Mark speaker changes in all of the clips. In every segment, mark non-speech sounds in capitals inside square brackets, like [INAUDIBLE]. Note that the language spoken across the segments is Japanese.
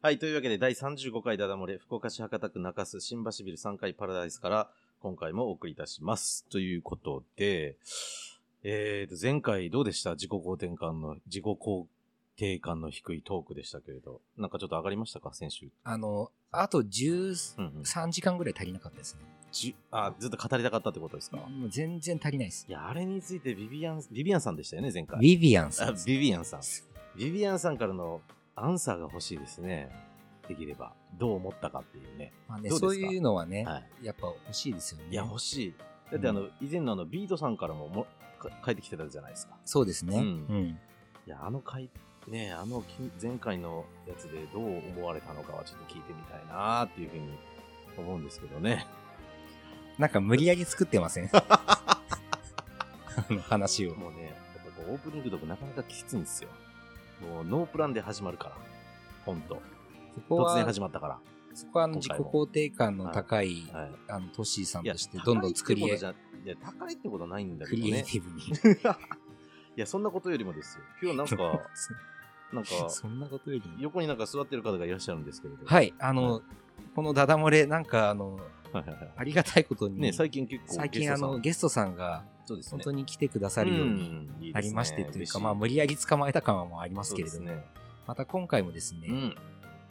Speaker 1: はい、というわけで第35回ダダ漏れ、福岡市博多区中洲新橋ビル3階パラダイスから今回もお送りいたします。ということで、えーと、前回どうでした自己肯定感の、自己肯定感の低いトークでしたけれど、なんかちょっと上がりましたか先週。
Speaker 2: あの、あと13
Speaker 1: うんうん。
Speaker 2: 時間ぐらい足りなかったですね。
Speaker 1: じゅあ、ずっと語りたかったってことですか、い
Speaker 2: もう全然足りないです。
Speaker 1: や、あれについてビビアン、ビビアンさんでしたよね、前
Speaker 2: ウ
Speaker 1: 回。
Speaker 2: ィビアンさ
Speaker 1: あ
Speaker 2: んです。
Speaker 1: ビビアンさん。ビビアンさんからのアンサーが欲しいですね。できれば。どう思ったかっていうね。
Speaker 2: まあね、
Speaker 1: どうですか
Speaker 2: そういうのはね、
Speaker 1: はい。
Speaker 2: やっぱ欲しいですよね。
Speaker 1: いや、欲しい。だって、あの、以前のあの、ビートさんからももか帰ってきてたじゃないですか。
Speaker 2: そうですね。
Speaker 1: う
Speaker 2: うんん。
Speaker 1: いや、あの回、ね、あのき、前回のやつでどう思われたのかはちょっと聞いてみたいなっていうふうに思うんですけどね。
Speaker 2: なんか無理やり作ってませんあの話
Speaker 1: [LAUGHS]
Speaker 2: を。
Speaker 1: もうね、やっぱこう、オープニングとかなかなかきついんですよ。もう、ノープランで始まるから。ほんと。
Speaker 2: そこ
Speaker 1: 突然
Speaker 2: は、
Speaker 1: 始まったか
Speaker 2: そこはあの自己肯定感の高い、
Speaker 1: ら。はい。
Speaker 2: あの、トッシーさん
Speaker 1: いや
Speaker 2: としてどんどん作り
Speaker 1: 高い
Speaker 2: 上
Speaker 1: ってことじゃいや、高いってことはないんだ
Speaker 2: ク
Speaker 1: けど
Speaker 2: リエイ
Speaker 1: ね
Speaker 2: テ。ィブに。
Speaker 1: いや、そんなことよりもですよ。今 [LAUGHS] 日なんか、なんか、
Speaker 2: そんなことよりも。
Speaker 1: 横になんか座ってる方がいらっしゃるんですけれど。
Speaker 2: はい、あの、
Speaker 1: は
Speaker 2: このダダ漏れ、なんかあの、
Speaker 1: はいはいはい
Speaker 2: ありがたいことに、
Speaker 1: ね、最近結構
Speaker 2: 最近あの、ゲストさんが
Speaker 1: そうです
Speaker 2: 本
Speaker 1: ね。
Speaker 2: 当に来てくださるように
Speaker 1: うんいいですね
Speaker 2: なりましてという
Speaker 1: 嬉し
Speaker 2: か、まあ無理やり捕まえた感もあります
Speaker 1: そう
Speaker 2: け
Speaker 1: で
Speaker 2: れ
Speaker 1: す
Speaker 2: ども、
Speaker 1: ね。
Speaker 2: また今回もですね、
Speaker 1: うん。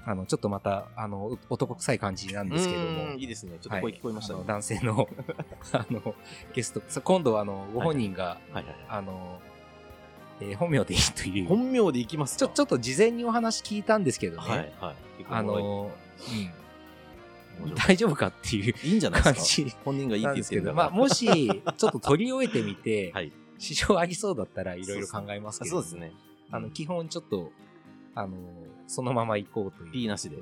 Speaker 2: あの、ちょっとまた、あの、う男臭い感じなんですけども、
Speaker 1: うんいいですね。ちょっと声聞こえました
Speaker 2: は
Speaker 1: ね
Speaker 2: いあの。男性の、 [LAUGHS] あの、ゲスト、そう今度はあの、ご本人が、
Speaker 1: はいはいは
Speaker 2: あの、えー本名でいいとい
Speaker 1: い。
Speaker 2: う、
Speaker 1: 本名でいきます
Speaker 2: ちょ、
Speaker 1: か
Speaker 2: ちょっと事前にお話聞いたんですけどね、
Speaker 1: はいはい。
Speaker 2: あの、
Speaker 1: 面白い、
Speaker 2: 大丈夫かっていう
Speaker 1: いいんじゃないで
Speaker 2: 感
Speaker 1: すか
Speaker 2: じ
Speaker 1: 本人がいいっ
Speaker 2: な
Speaker 1: て言
Speaker 2: んで
Speaker 1: っ
Speaker 2: す
Speaker 1: てる
Speaker 2: け
Speaker 1: んだ
Speaker 2: ど、
Speaker 1: か
Speaker 2: ま
Speaker 1: ら
Speaker 2: あ、もし、ちょっと取り終えてみて、
Speaker 1: はい。
Speaker 2: 支障ありそうだったらいろいろ考えます
Speaker 1: あ
Speaker 2: け
Speaker 1: そう
Speaker 2: ど、
Speaker 1: ですね。
Speaker 2: あの、基本ちょっと、あの、そのまま行こうという。
Speaker 1: P なしで。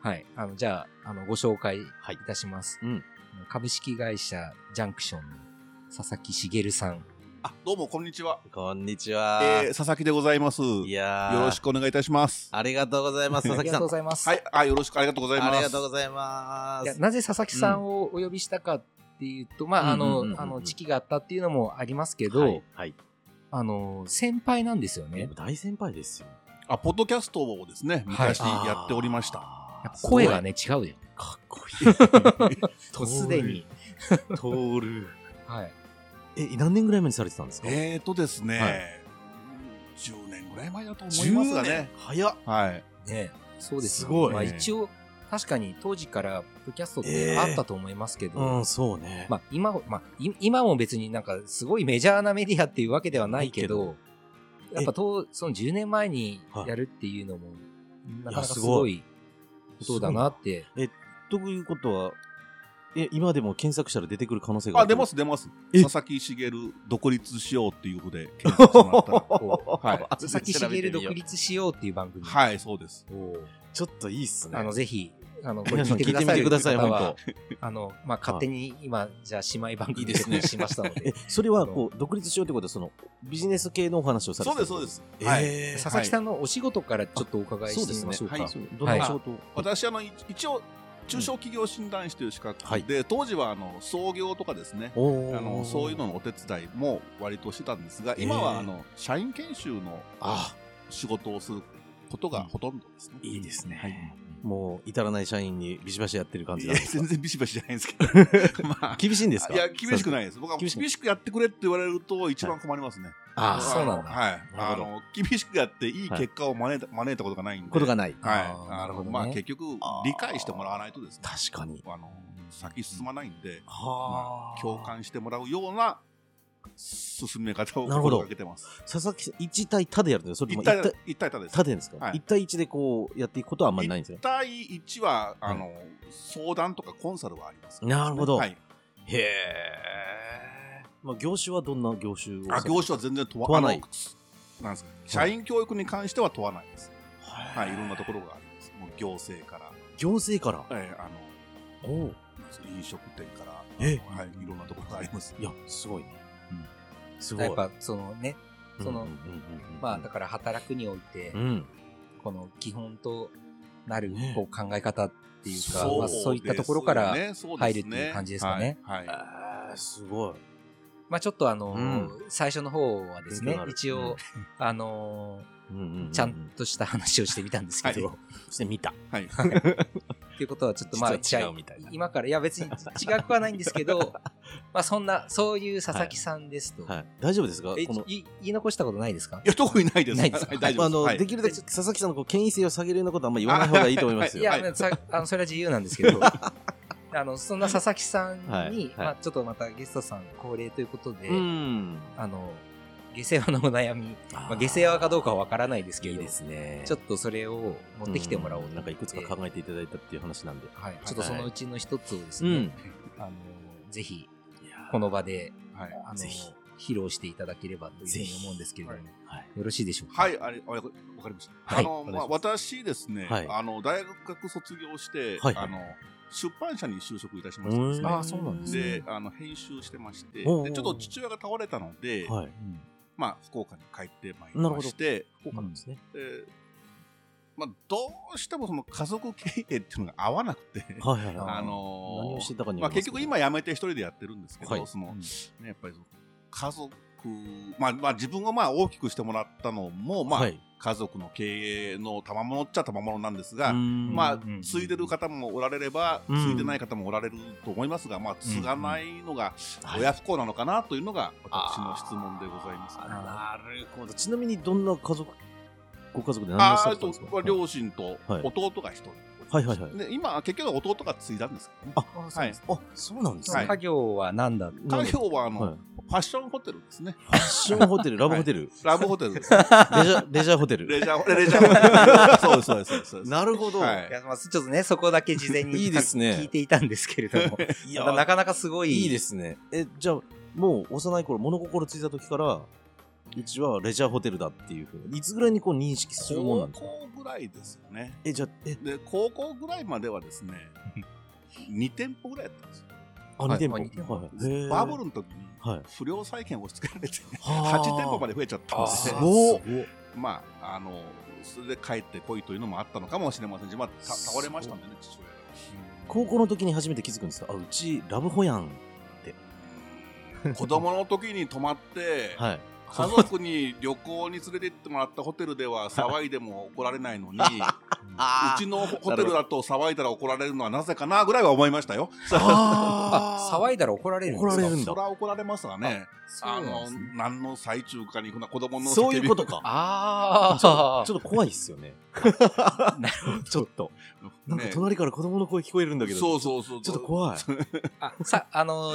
Speaker 2: はい。あの、じゃあ、あの、ご紹介い
Speaker 1: はい
Speaker 2: たします。
Speaker 1: うん
Speaker 2: 株式会社ジャンクションの佐々木茂さん。
Speaker 3: あ、どうも、こんにちは。
Speaker 1: こんにちは。
Speaker 3: えー、佐々木でございます。
Speaker 1: い
Speaker 3: よ
Speaker 1: やー
Speaker 3: ろしくお願いいたします。
Speaker 1: ありがとうございます、佐々
Speaker 2: あり
Speaker 1: 木
Speaker 2: が
Speaker 1: さん
Speaker 2: とうご。ざいます。
Speaker 3: はい、あ、よろしくありがとうございます。
Speaker 1: ありがとうご
Speaker 3: い
Speaker 1: ざいま
Speaker 2: いや
Speaker 1: す。
Speaker 2: なぜ佐々木さんをお呼びしたかっていうと、まあ、あ
Speaker 1: うんうんうん
Speaker 2: の
Speaker 1: う、ん
Speaker 2: あの、時期があったっていうのもありますけど、
Speaker 1: はいはい。
Speaker 2: あの、先輩なんですよ
Speaker 1: で
Speaker 2: ね
Speaker 1: も。大先輩ですよ。
Speaker 3: ます。あ、ポッドキャストをですね、昔やっておりました。
Speaker 1: あー。
Speaker 2: やっぱ声がね、違うよ。
Speaker 1: かっこいい。 [LAUGHS]
Speaker 2: もうすでに。
Speaker 1: 通る。
Speaker 2: はい。
Speaker 1: え、何年ぐらい前にされてたんですか
Speaker 3: えーとですね、
Speaker 1: はい
Speaker 3: 10年ぐらい前だと思いますがね。。
Speaker 1: 早っ。
Speaker 3: はい。
Speaker 2: ねそうですよ
Speaker 1: すごい
Speaker 2: まあ、
Speaker 3: ね
Speaker 2: 一応確かに当時からポッドキャストってあったと思いますけど、
Speaker 1: うん、そうね。
Speaker 2: まあ、今もまあ、い今も別になんかすごいメジャーなメディアっていうわけではないけど
Speaker 1: ど
Speaker 2: やっぱとその10年前に
Speaker 1: はい
Speaker 2: やるっていうのも、なか
Speaker 1: いや
Speaker 2: なか
Speaker 1: す
Speaker 2: す
Speaker 1: ご
Speaker 2: ご
Speaker 1: い
Speaker 2: いことだなって
Speaker 1: ということは、え、今でも検索したら出てくる可能性が
Speaker 3: あ、出ます、出ます。
Speaker 1: え
Speaker 3: 佐々木茂独立しようっていうことで検索してもらったら
Speaker 1: [LAUGHS]
Speaker 3: はい
Speaker 2: [LAUGHS] 佐々木茂独。立しようっていう番組、
Speaker 3: はい、そうです。
Speaker 2: を
Speaker 1: ちょっといいっすね。
Speaker 2: あのぜひ
Speaker 1: [LAUGHS]
Speaker 2: あのこれ
Speaker 1: 皆さ
Speaker 2: 聞
Speaker 1: ん
Speaker 2: い
Speaker 1: 聞
Speaker 2: て
Speaker 1: いてみ
Speaker 2: くださ
Speaker 1: て
Speaker 2: い
Speaker 1: ください、
Speaker 2: 方は
Speaker 1: 本当。
Speaker 2: あの、まあ、勝手に今じゃあ姉妹番組
Speaker 1: いいですね
Speaker 2: で [LAUGHS] しましたので
Speaker 1: え、それは、こう、独立しようってことは、その、ビジネス系のお話をされ
Speaker 3: そ
Speaker 1: て
Speaker 3: うです、そうです。はい。
Speaker 1: えー
Speaker 2: 佐々木さ
Speaker 3: ん。
Speaker 2: んのお仕事からちょっとお伺い
Speaker 1: そう
Speaker 2: して
Speaker 1: で
Speaker 2: み
Speaker 1: すね。
Speaker 2: ましょうか。
Speaker 3: はい
Speaker 1: どんな仕事を
Speaker 3: 私、あの、い一応、中小企業診断士という資格で、
Speaker 1: はい
Speaker 3: 当時は、あの、創業とかですね、
Speaker 1: おー
Speaker 3: あのそういうののお手伝いも割としてたんですが、今
Speaker 1: ええ
Speaker 3: はあの社員研修の
Speaker 1: あ
Speaker 3: 仕事をすることがほとんどですね。
Speaker 1: いいですね、
Speaker 3: はい
Speaker 1: もう至らない社員にビシバシやってる感じ
Speaker 3: い
Speaker 1: な
Speaker 3: や
Speaker 1: んです
Speaker 3: 全
Speaker 1: か
Speaker 3: 然ビシバシじゃないんです
Speaker 1: [LAUGHS]
Speaker 3: けど、まあ、
Speaker 1: 厳しいんですか
Speaker 3: いや厳しく
Speaker 1: い
Speaker 3: ないです。僕は
Speaker 1: 厳
Speaker 3: 厳
Speaker 1: しく
Speaker 3: しくやってくれって言われると一番困りますね。
Speaker 1: ああ
Speaker 2: そうなんだ
Speaker 3: はい。
Speaker 1: な
Speaker 3: あ
Speaker 1: るほど
Speaker 3: の厳しくやっていい結果を招いた,、招いたことがないんで。
Speaker 1: ことが
Speaker 3: ない。
Speaker 1: ない
Speaker 3: はい。
Speaker 2: あーなるほどね
Speaker 3: まあ結局理解してもらわないとですね。
Speaker 1: 確かに
Speaker 3: あの先進まないんで、
Speaker 1: はあ
Speaker 3: 共感してもらうような進め方を
Speaker 1: なるほど
Speaker 3: 心がけてます。
Speaker 1: 佐々木さん1対多でやるんですよそれとも
Speaker 3: 一対
Speaker 1: 1対
Speaker 3: 一対多です。
Speaker 1: 多でですか、
Speaker 3: はい
Speaker 1: 一1対1でこうやっていくことはあんまりないんですよ
Speaker 3: 一対一は、あの、相談とかコンサルはあります、
Speaker 1: なるほど
Speaker 3: はい。
Speaker 1: へえ、まあ、業種はどんな業種を
Speaker 3: あ、業種は全然問わ
Speaker 1: 問わない
Speaker 3: あのすなんですか、社員教育に関しては問わないです。はい、いろんなところがあります。もう行政から、
Speaker 1: 行政から
Speaker 3: えーあ
Speaker 1: おお
Speaker 3: の、なんですか飲食店から、
Speaker 1: え
Speaker 3: はい、いろんなところがあります。
Speaker 1: いやすごいね、うん、すごい
Speaker 2: やっぱそのね、その
Speaker 1: うんうんうんうん
Speaker 2: まあだから働くにおいて
Speaker 1: う、ん
Speaker 2: この基本となる
Speaker 1: ね
Speaker 2: こう考え方っていうか、まあ
Speaker 3: です
Speaker 2: そういったところから、
Speaker 3: ねそうですね
Speaker 2: 入るっていう感じですかね
Speaker 3: はい。はい
Speaker 1: あーすごい
Speaker 2: まあちょっとあのー
Speaker 1: うん
Speaker 2: 最初の方はです
Speaker 1: 勉強に
Speaker 2: ね
Speaker 1: な、る
Speaker 2: 一
Speaker 1: うん
Speaker 2: 応、あの
Speaker 1: うんうんう
Speaker 2: ーちゃんとした話をしてみたんですけど、
Speaker 3: は
Speaker 1: して見た。
Speaker 3: はい。
Speaker 2: っていうことはちょっとまあ
Speaker 1: 実は違うみたいな。
Speaker 2: 今から、いや別に違くはないんですけ
Speaker 1: [LAUGHS]
Speaker 2: ど、まあそんな、そういう佐々木さんですと。
Speaker 1: はい。大丈夫ですか
Speaker 2: え
Speaker 1: この、
Speaker 2: い言い残したことないですか
Speaker 3: いや、特にないです。
Speaker 2: ないですか
Speaker 3: はい大丈
Speaker 1: あ
Speaker 3: 夫です。
Speaker 1: の、
Speaker 3: はい
Speaker 1: できるだけ佐々木さんのこう権威性を下げるようなことはあんま言わない方がいいと思います
Speaker 2: い
Speaker 1: よ。
Speaker 2: や、
Speaker 3: はい
Speaker 2: さあのそれは自由なんです
Speaker 1: [LAUGHS]
Speaker 2: けどあのそんな佐々木さんに、
Speaker 1: はいはい
Speaker 2: まあ、ちょっとまたゲストさん恒例ということで、
Speaker 1: うん。
Speaker 2: あの下世話のお悩み、
Speaker 1: ま
Speaker 2: まあ、下世話かどうかはわからないですけ
Speaker 1: いい
Speaker 2: ど
Speaker 1: ですね。
Speaker 2: ちょっとそれを持ってきてもらおうと
Speaker 1: んな
Speaker 2: 思っ
Speaker 1: ん
Speaker 2: て
Speaker 1: かいくつか考えていただいたっていう話なんで。
Speaker 2: はい、ちょっとそのうちの一つをです
Speaker 1: う
Speaker 2: ね、
Speaker 1: ん。
Speaker 2: あのぜひこの場で
Speaker 3: はい。
Speaker 2: あの
Speaker 1: ぜひ
Speaker 2: 披露していただければというふうに思うんですけれども、
Speaker 3: ぜ
Speaker 1: はい。
Speaker 2: よろしいでしょうか、
Speaker 3: はい、あれ、あわかりました。
Speaker 2: はい
Speaker 3: あの、まあ、
Speaker 1: お
Speaker 3: 私ですね、
Speaker 1: はい
Speaker 3: あの、大学卒業して、
Speaker 1: はいはい
Speaker 3: あの、出版社に就職いたしましてです
Speaker 1: う
Speaker 3: ね
Speaker 1: んあ。そうなんです
Speaker 3: で、あの、編集してまして、で、ち
Speaker 1: おうおうお
Speaker 3: ょ
Speaker 1: う
Speaker 3: っと父親が倒れたので、
Speaker 1: はい。
Speaker 3: まあ、福岡に帰ってまいり
Speaker 1: なるほ
Speaker 3: ま
Speaker 1: ど
Speaker 3: して、
Speaker 1: 効果なんですね。
Speaker 3: でまあ、どうしてもその家族経営っていうのが合わなくて、
Speaker 1: はいはいはい。
Speaker 3: [LAUGHS] あ
Speaker 1: 何
Speaker 3: の
Speaker 1: をしてたかによ
Speaker 3: まあ、
Speaker 1: り
Speaker 3: 結局今
Speaker 1: ます
Speaker 3: 辞めて一人でやってるんですけど、
Speaker 1: はい
Speaker 3: その
Speaker 2: うん
Speaker 3: ね、やっぱりその家族、まあまあ、自分がまあ大きくしてもらったのも、
Speaker 1: けど
Speaker 3: まあ
Speaker 1: はい。
Speaker 3: 家族の経営の賜物っちゃ賜物なんですが、
Speaker 1: うん
Speaker 3: ま
Speaker 2: う
Speaker 3: あ
Speaker 2: んうんうん、
Speaker 3: 継いでる方もおられれば、
Speaker 1: うん
Speaker 3: 継いでない方もおられると思いますが、まあ、継がないのが親不幸なのかなというのが、私の質問でございます。
Speaker 1: あ
Speaker 3: あ
Speaker 1: なるほど。ちなみにどんな家族、ご家族で何をし
Speaker 3: あ
Speaker 1: てた
Speaker 3: ー、えっ
Speaker 1: ん
Speaker 3: と
Speaker 1: ですか、
Speaker 3: まあ両親と
Speaker 1: はい
Speaker 3: 弟が一人。
Speaker 1: はいはいはい。
Speaker 3: で今、結局は弟が継いだんですけどね。
Speaker 1: あ
Speaker 2: あ
Speaker 3: はい。
Speaker 1: あ、そうなんです
Speaker 2: その
Speaker 1: ね。
Speaker 2: 家業は何だ、
Speaker 1: な
Speaker 3: 家
Speaker 1: るほ
Speaker 3: 業はあ
Speaker 1: ど
Speaker 3: の、
Speaker 1: はい
Speaker 3: ファッションホテルですね。
Speaker 1: ファッションホテル、ラブホテル、
Speaker 3: ラブホテ
Speaker 1: [LAUGHS]
Speaker 3: ルですね。
Speaker 1: レジャーレジャーホテル。
Speaker 3: レジャー、レジャーホテル。そうですそうです、そうですそうです。
Speaker 1: なるほど。
Speaker 3: はい
Speaker 2: いやまあ、ちょっとね、そこだけ事前に
Speaker 1: [LAUGHS] いいですね
Speaker 2: 聞いていたんですけれど
Speaker 1: い
Speaker 2: も、またな
Speaker 1: や、
Speaker 2: かなかすごい。
Speaker 1: いいですね。え、じゃあ、もう幼い頃、物心ついた時から、うちはレジャーホテルだっていうふうに、いつぐらいにこう認識するもんな
Speaker 3: 高
Speaker 1: んですか
Speaker 3: 校ぐらいですよね。
Speaker 1: え、じゃあ、え、
Speaker 3: で、高校ぐらいまではですね、2店舗ぐらいやったんですよ。
Speaker 1: あ、
Speaker 2: は
Speaker 1: 2
Speaker 2: い
Speaker 1: 店舗。
Speaker 2: あ二店舗
Speaker 1: はいへー
Speaker 3: バブルの時に
Speaker 1: はい。
Speaker 3: 不良債権を押し付けられて、
Speaker 1: は
Speaker 3: 8
Speaker 1: あ
Speaker 3: 店舗まで増えちゃったん
Speaker 1: あ
Speaker 3: ですす
Speaker 2: あ
Speaker 3: ね。
Speaker 1: ごっ
Speaker 3: まあ、あの、それで帰ってこいというのもあったのかもしれませんし、まあ、た倒れましたんでね、父親が。
Speaker 1: 高校の時に初めて気づくんですかあ、うちラブホやん。
Speaker 3: 子供の時に泊まって、
Speaker 1: はい。
Speaker 3: 家族に旅行に連れて行ってもらったホテルでは騒いでも怒られないの
Speaker 1: [LAUGHS]
Speaker 3: に、うちのホテルだと騒いだら怒られるのはなぜかなぐらいは思いましたよ。
Speaker 2: あ、
Speaker 1: あ
Speaker 2: 騒いだら怒られるんですか
Speaker 1: 怒られるんだ
Speaker 3: そりゃ怒られますわね。
Speaker 2: そ
Speaker 3: あ
Speaker 2: うなんで
Speaker 3: の
Speaker 2: すね、
Speaker 3: 何の最中かにこんな子供の。
Speaker 1: そういうこと
Speaker 3: [LAUGHS]
Speaker 1: と
Speaker 2: [LAUGHS]
Speaker 1: か。
Speaker 2: あ
Speaker 1: ちょ
Speaker 2: あ、
Speaker 1: ちょっと怖いっすよね。
Speaker 2: [LAUGHS] なるほど
Speaker 1: ちょっと。なんか
Speaker 3: ね
Speaker 1: 隣から子供の声聞こえるんだけど。
Speaker 3: そうそうそう。
Speaker 1: ちょっと怖い。
Speaker 2: あさ、あの、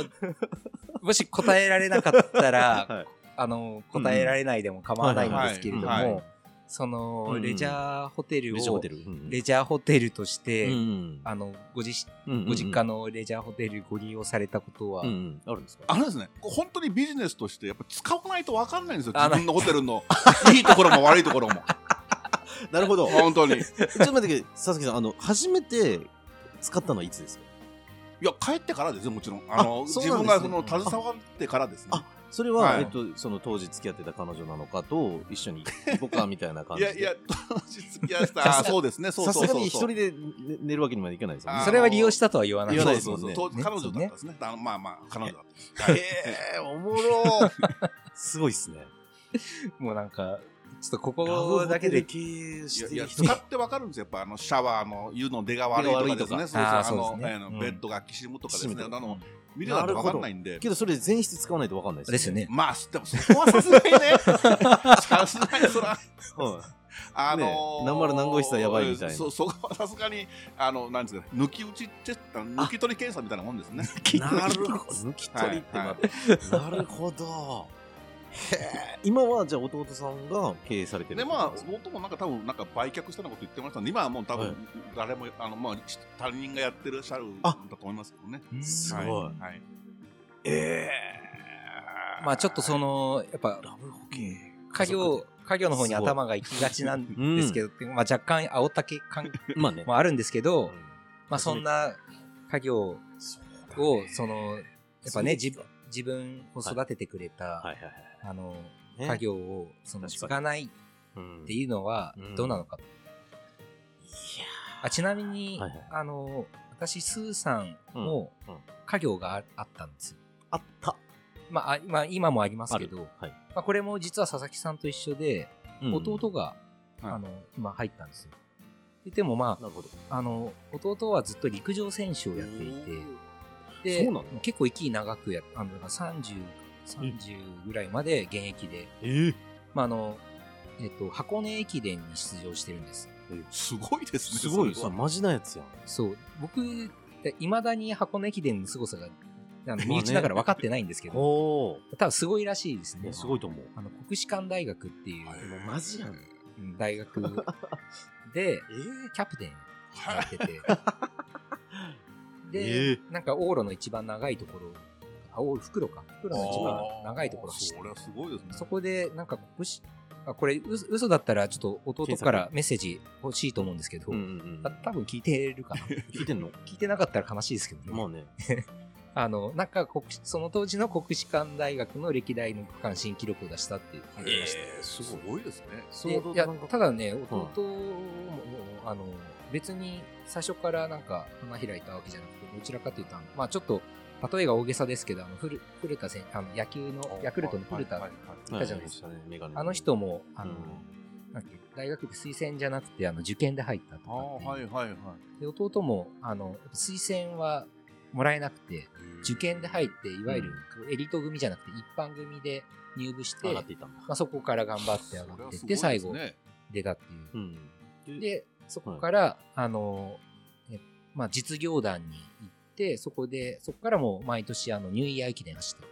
Speaker 2: もし答えられなかった
Speaker 1: [LAUGHS]
Speaker 2: ら、
Speaker 1: はい
Speaker 2: あの、答えられないでも構わないんですけれど
Speaker 3: はいはいは
Speaker 2: も、その
Speaker 1: う、ん
Speaker 2: レジャーホテルを、
Speaker 1: レジャーホテル。うん
Speaker 2: レジャーホテルとし
Speaker 1: う
Speaker 2: て、
Speaker 1: ん
Speaker 2: あの、ごじ
Speaker 1: うんうんうん
Speaker 2: ご実家のレジャーホテルご利用されたことは、
Speaker 1: うんうんあるんですか
Speaker 3: あれですね、こう本当にビジネスとして、やっぱ使わないと分かんないんですよ、
Speaker 2: あ
Speaker 3: 自分のホテルの [LAUGHS] いいところも悪いところ
Speaker 1: [LAUGHS]
Speaker 3: も、
Speaker 1: なるほど。ちょ
Speaker 3: 本当に。い
Speaker 1: っと待ってください、佐々木さん、あの、初めて使ったのはいつですか
Speaker 3: や、帰ってからですよ、もちろん。あの
Speaker 1: あそう
Speaker 3: 自
Speaker 1: なん
Speaker 3: 分
Speaker 1: ですね
Speaker 3: がその携わってからですね
Speaker 1: あ。それは、
Speaker 3: はい
Speaker 1: えっと、その当時付き合ってた彼女なのかと一緒に行こうかみたいな感
Speaker 3: い
Speaker 1: じ
Speaker 3: や
Speaker 1: で。
Speaker 3: いや、当時付き合ってた、あそうですね、そうそ
Speaker 1: さ
Speaker 3: うそう
Speaker 1: す
Speaker 3: そ
Speaker 1: が
Speaker 3: う。
Speaker 1: に一人で寝寝るわけにもいかないですよね
Speaker 3: あ。
Speaker 2: それは利用したとは言わない
Speaker 1: 言わないです
Speaker 3: そ
Speaker 1: も
Speaker 3: うんそ
Speaker 1: ね
Speaker 3: うそう当時彼女だったん
Speaker 2: ね
Speaker 3: ですね。あのまあまあ、彼女だったんです。
Speaker 1: [LAUGHS] えー、おもろすごいっすね。
Speaker 2: もうなんか、ちょっとここだけで
Speaker 1: 経営
Speaker 3: い
Speaker 1: し
Speaker 3: や
Speaker 1: て
Speaker 3: いや
Speaker 1: る
Speaker 3: 使ってわかるんですよ、やっぱあのシャワーの湯の出が悪いとかです
Speaker 2: 出
Speaker 3: ね、
Speaker 2: が悪いとか
Speaker 3: そうそ
Speaker 2: あー
Speaker 3: う
Speaker 2: そうですね
Speaker 3: あの、
Speaker 2: うん
Speaker 3: ベッドがきしむとかですね、
Speaker 1: きしむ
Speaker 3: あ
Speaker 1: とか
Speaker 3: の見るなんてわかんないんで、
Speaker 1: けどそれ全室使わないと分かんないです
Speaker 2: ですよね。
Speaker 3: まあ、でもそこはさすがにね、さすがにそら、
Speaker 1: は
Speaker 3: あの
Speaker 1: ねえ何丸何号室はやばいみたいな
Speaker 3: そそこはさすがに、あの、なんですか、抜き打ちチェック抜き取り検査みたいなもんですね。
Speaker 1: い。なるほど。抜き取りってまた。なるほど。へえ。今はじゃあ弟さんが経営されてる。
Speaker 3: で、まあ、弟もなんか多分、なんか売却したようなこと言ってましたんで、今はもう多
Speaker 1: はい
Speaker 3: 分、誰も、あの、まあ、他人がやってらっしゃるんだ
Speaker 1: あ
Speaker 3: と思いますけどね。
Speaker 2: う
Speaker 1: [LAUGHS]
Speaker 2: ん
Speaker 1: す
Speaker 3: は
Speaker 1: ごい
Speaker 3: はい。
Speaker 1: え
Speaker 3: ー
Speaker 2: まあちょっとその、やっぱ
Speaker 1: え。、ラブ保険。
Speaker 2: 家業、家業の方に
Speaker 1: すごい
Speaker 2: 頭が行きがちなんですけど、まあ若干青竹感
Speaker 1: まあね。
Speaker 2: もあるんですけ
Speaker 1: うん
Speaker 2: ど、まあそんな家業を、
Speaker 1: そうだね
Speaker 2: その、やっぱね、自分自分を育ててくれた、
Speaker 1: はいはいは
Speaker 2: あの、
Speaker 1: い。ね
Speaker 2: 家業を、その、
Speaker 1: 確かに
Speaker 2: 継がない
Speaker 1: うん
Speaker 2: っていうのは
Speaker 1: うん、
Speaker 2: どうなのかと。あちなみに、
Speaker 1: はいはい
Speaker 2: あの、私、スーさんも
Speaker 1: うんうん、
Speaker 2: 家業がああったんですよ。
Speaker 1: あった。
Speaker 2: まあ、あ今今もありますけど、ま
Speaker 1: はい。
Speaker 2: あ、これも実は佐々木さんと一緒で、
Speaker 1: うん
Speaker 2: 弟が、
Speaker 3: はい
Speaker 2: あの今入ったんですよ。ででもま
Speaker 1: なるほど。
Speaker 2: ああの弟はずっと陸上選手をやっていてで
Speaker 1: そうなの
Speaker 2: 結構息長くやあのだから 30, 30ぐらいまで現役で、
Speaker 1: ええ。
Speaker 2: まああのえっと、箱根駅伝に出場してるんです。
Speaker 3: すごいですね。
Speaker 1: すごい、
Speaker 3: そ
Speaker 1: さ、
Speaker 3: れは
Speaker 1: マジなやつやん。
Speaker 2: そう僕いまだに箱根駅伝の凄さがあの身内ながら分かってないんですけど、
Speaker 1: [LAUGHS] おー。
Speaker 2: 多分すごいらしいです
Speaker 1: い
Speaker 2: ね
Speaker 1: や、。すごいと思う。
Speaker 2: あの国士舘大学っていう
Speaker 3: はい
Speaker 1: もうマジやん。え
Speaker 2: うん大学でキャプテンやってて、で、
Speaker 1: え
Speaker 2: なんか往路の一番長いところ、あ、往路、袋か。袋の一番
Speaker 3: あー
Speaker 2: 長いところ走っ
Speaker 3: そ
Speaker 2: て
Speaker 3: りゃすごいですね。
Speaker 2: そこで、なんか国士、あ、これ、う嘘だったら、ちょっと弟からメッセージ欲しいと思うんですけど、
Speaker 1: うんうんう
Speaker 2: た
Speaker 1: ん。
Speaker 2: 多分聞いてるかな。
Speaker 1: 聞いてんの
Speaker 2: 聞いてなかったら悲しいですけどね。
Speaker 1: まあね。
Speaker 2: あの、なんか国士、その当時の国士舘大学の歴代の区間新記録を出したっていう言
Speaker 3: え
Speaker 2: ってました。
Speaker 3: ーすごいですね。
Speaker 1: そう
Speaker 2: で
Speaker 1: 弟
Speaker 2: いや
Speaker 1: なんか
Speaker 2: ただね、弟も、あの別に最初からなんか花開いたわけじゃなくて、どちらかというと、あのまあ、ちょっと例えが大げさですけど、あの古古田選あの野球の、ヤクルトの古
Speaker 3: は
Speaker 2: 田
Speaker 3: い、はいはい
Speaker 2: いたじゃないです
Speaker 1: か。メガネ
Speaker 2: あの人も、あの
Speaker 1: うん
Speaker 2: なんだっけ大学で推薦じゃなくてあの受験で入ったと
Speaker 3: あ
Speaker 2: か
Speaker 3: あ
Speaker 2: っていう
Speaker 3: はいはいはい。
Speaker 2: で弟もあの推薦はもらえなくて、受験で入って、いわゆるエリート組じゃなくて、一般組で入部して、
Speaker 1: 上が
Speaker 2: ま
Speaker 1: っていたんだ。
Speaker 2: あ、そこから頑張って上がってって、最後出たっていう。
Speaker 1: うん。で、
Speaker 2: で、そこから、あの、えまあ、実業団に行って、そこで、そこからもう毎年、あの、ニューイヤー駅伝走ってる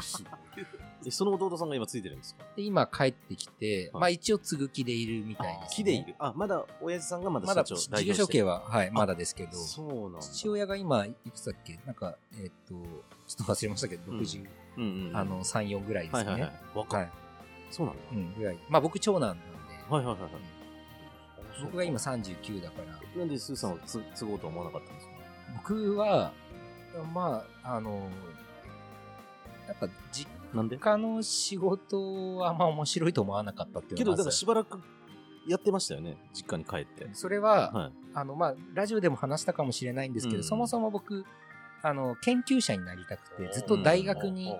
Speaker 3: すごい
Speaker 1: えその弟さんが今ついてるんですか
Speaker 2: で、今帰ってきて、
Speaker 1: はい
Speaker 2: まあ、一応継ぐ気でいるみたいです、ね。
Speaker 1: 木でいる。あ、まだ、親父さんがまだ
Speaker 2: まだ、
Speaker 1: 社長
Speaker 2: 事業承継
Speaker 1: は。
Speaker 2: は、はい、まだですけど、
Speaker 1: そうなんだ。
Speaker 2: 父親が今、いくつだっけなんか、えっと、ちょっと忘れましたけど、
Speaker 1: うん
Speaker 2: 60、
Speaker 1: うんうん。
Speaker 2: あの、、3、4ぐらいです
Speaker 1: は
Speaker 2: ね。
Speaker 1: いはいはい。若。
Speaker 2: はいい
Speaker 1: そうなんだ。
Speaker 2: うん、ぐらい。まあ、僕、長男なんで、
Speaker 1: はいはいはいはい
Speaker 2: うん。僕が今39だから、
Speaker 1: なんでスーさんをつ継ごうとは思わなかったんですか
Speaker 2: 僕は、まあ、あの、やっぱ実
Speaker 1: なんで
Speaker 2: 家の仕事はあんま面白いと思わなかったっていう
Speaker 1: け
Speaker 2: の
Speaker 1: ど、だ
Speaker 2: がま
Speaker 1: から
Speaker 2: ず
Speaker 1: しばらくやってましたよね。実家に帰って。
Speaker 2: それは、
Speaker 1: は
Speaker 2: あの、まあ、ラジオでも話したかもしれないんですけど、
Speaker 1: うん
Speaker 2: そもそも僕、あの、研究者になりたくて、ずっと大学に、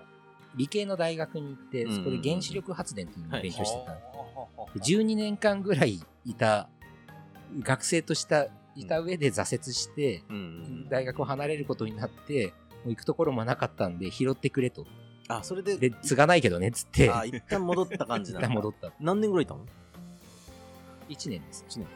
Speaker 2: 理系の大学に行って、
Speaker 1: うん
Speaker 2: そこで原子力発電っていうのを勉強してた。で
Speaker 3: た。
Speaker 2: 12年間ぐらいいた、学生とした、いた上で挫折して、
Speaker 1: い。うんうん。
Speaker 2: 大学を離れることになって、もう行くところもなかったんで、拾ってくれと。
Speaker 1: あ、それで、
Speaker 2: で、継がないけどねっつって、
Speaker 1: あ、一旦戻った感じ
Speaker 2: [LAUGHS] 一
Speaker 1: なんだ。
Speaker 2: 旦戻った。
Speaker 1: 何年ぐらいいたの
Speaker 2: 1年です。
Speaker 1: 1年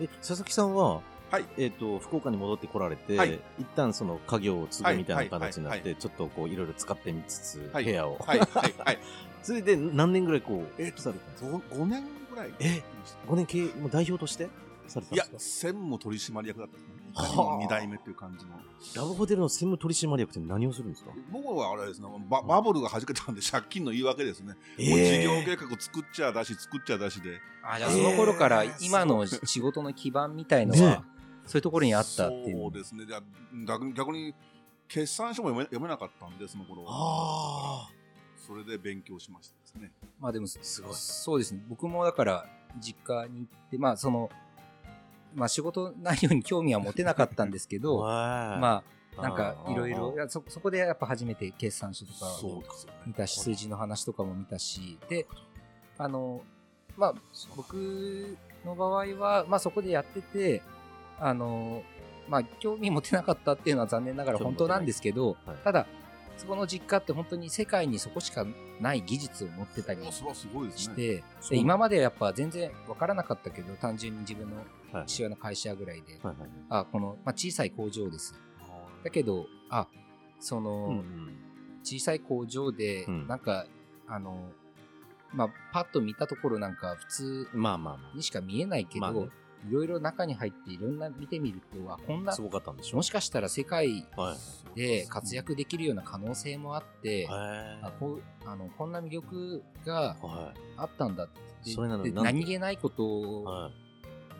Speaker 1: え佐々木さんは、
Speaker 3: はい
Speaker 1: えー、と福岡に戻ってこられて、
Speaker 3: はい
Speaker 1: 一旦その家業を継ぐみたいな
Speaker 3: はい
Speaker 1: 形になって、
Speaker 3: はいはい
Speaker 1: ちょっとこういろいろ使ってみつつ、
Speaker 3: はい
Speaker 1: 部屋を、
Speaker 3: はいはいはい。
Speaker 1: [LAUGHS] それで何年ぐらいこう、
Speaker 3: えっと
Speaker 1: されたんですか
Speaker 3: ご五年ぐらい。
Speaker 1: え5年経営もう代表としてされたんで
Speaker 3: いや
Speaker 1: すか
Speaker 3: 専務取締役だったんですね。い
Speaker 1: はあ
Speaker 3: かにも二代目っていう感じの。
Speaker 1: ラブホテルの専務取締役って何をするんですか
Speaker 3: 僕はあれですね、ババブルが弾けたんで借金の言い訳ですね。もう事業計画作っちゃだし、作っちゃだしで。
Speaker 2: あ、じ
Speaker 1: ゃ
Speaker 2: ゃ
Speaker 1: あ
Speaker 2: あ
Speaker 1: そ
Speaker 2: そ
Speaker 1: の
Speaker 2: の
Speaker 1: 頃
Speaker 2: 頃
Speaker 1: か
Speaker 2: からら
Speaker 1: 今
Speaker 2: 今
Speaker 1: の
Speaker 2: の仕事の基盤みたいの
Speaker 1: ね
Speaker 2: は、そういうところにあったっていう。
Speaker 3: そうですね。じゃあ逆に逆に決算書も読め読めなかったんで、その頃は。
Speaker 1: あ
Speaker 3: それで勉強しましたですね。
Speaker 2: まあでも、
Speaker 1: すごい
Speaker 2: そうですね。僕もだから、実家に行って、まあその、まあ仕事内容に興味は持てなかったんです
Speaker 1: [LAUGHS]
Speaker 2: けど、
Speaker 1: ま
Speaker 2: まあ、なんかいろいろ、いやそそこでやっぱ初めて決算書とか
Speaker 3: そうですよ
Speaker 2: 見
Speaker 3: ね。
Speaker 2: たし、数字の話とかも見たし、で、あの、まあ、僕の場合は、まあそこでやってて、あの、まあ興味持てなかったっていうのは残念ながら本当なんですけど、
Speaker 1: 興味持てないはい
Speaker 2: ただ、そこの実家って本当に世界にそこしかない技術を持ってたり
Speaker 3: あそれはすごいです
Speaker 2: し
Speaker 3: ね。
Speaker 2: て、
Speaker 1: そう
Speaker 2: で今までやっぱ全然わからなかったけど、単純に自分の
Speaker 1: はい
Speaker 2: 父親の会社ぐらいで、
Speaker 1: はいはい
Speaker 2: あ、この、まあ小さい工場です。だけど、あ、その、
Speaker 1: うんうん
Speaker 2: 小さい工場で、
Speaker 1: うん
Speaker 2: なんか、あの、まあ、パッと見たところなんか普通
Speaker 1: まあまあま
Speaker 2: にしか見えないけど、
Speaker 1: まあね
Speaker 2: いろいろ中に入っていろんな見てみると、あ、こ
Speaker 1: あ
Speaker 2: んな
Speaker 1: す、ごかったんでしょ
Speaker 2: もしかしたら世界
Speaker 1: はい
Speaker 2: で活躍できるような可能性もあって、あ
Speaker 1: は
Speaker 2: こうあのこんな魅力が
Speaker 1: いは
Speaker 2: あったんだって。
Speaker 1: それなのに
Speaker 2: で
Speaker 1: なんで
Speaker 2: 何気ないこ
Speaker 1: い
Speaker 2: と
Speaker 1: は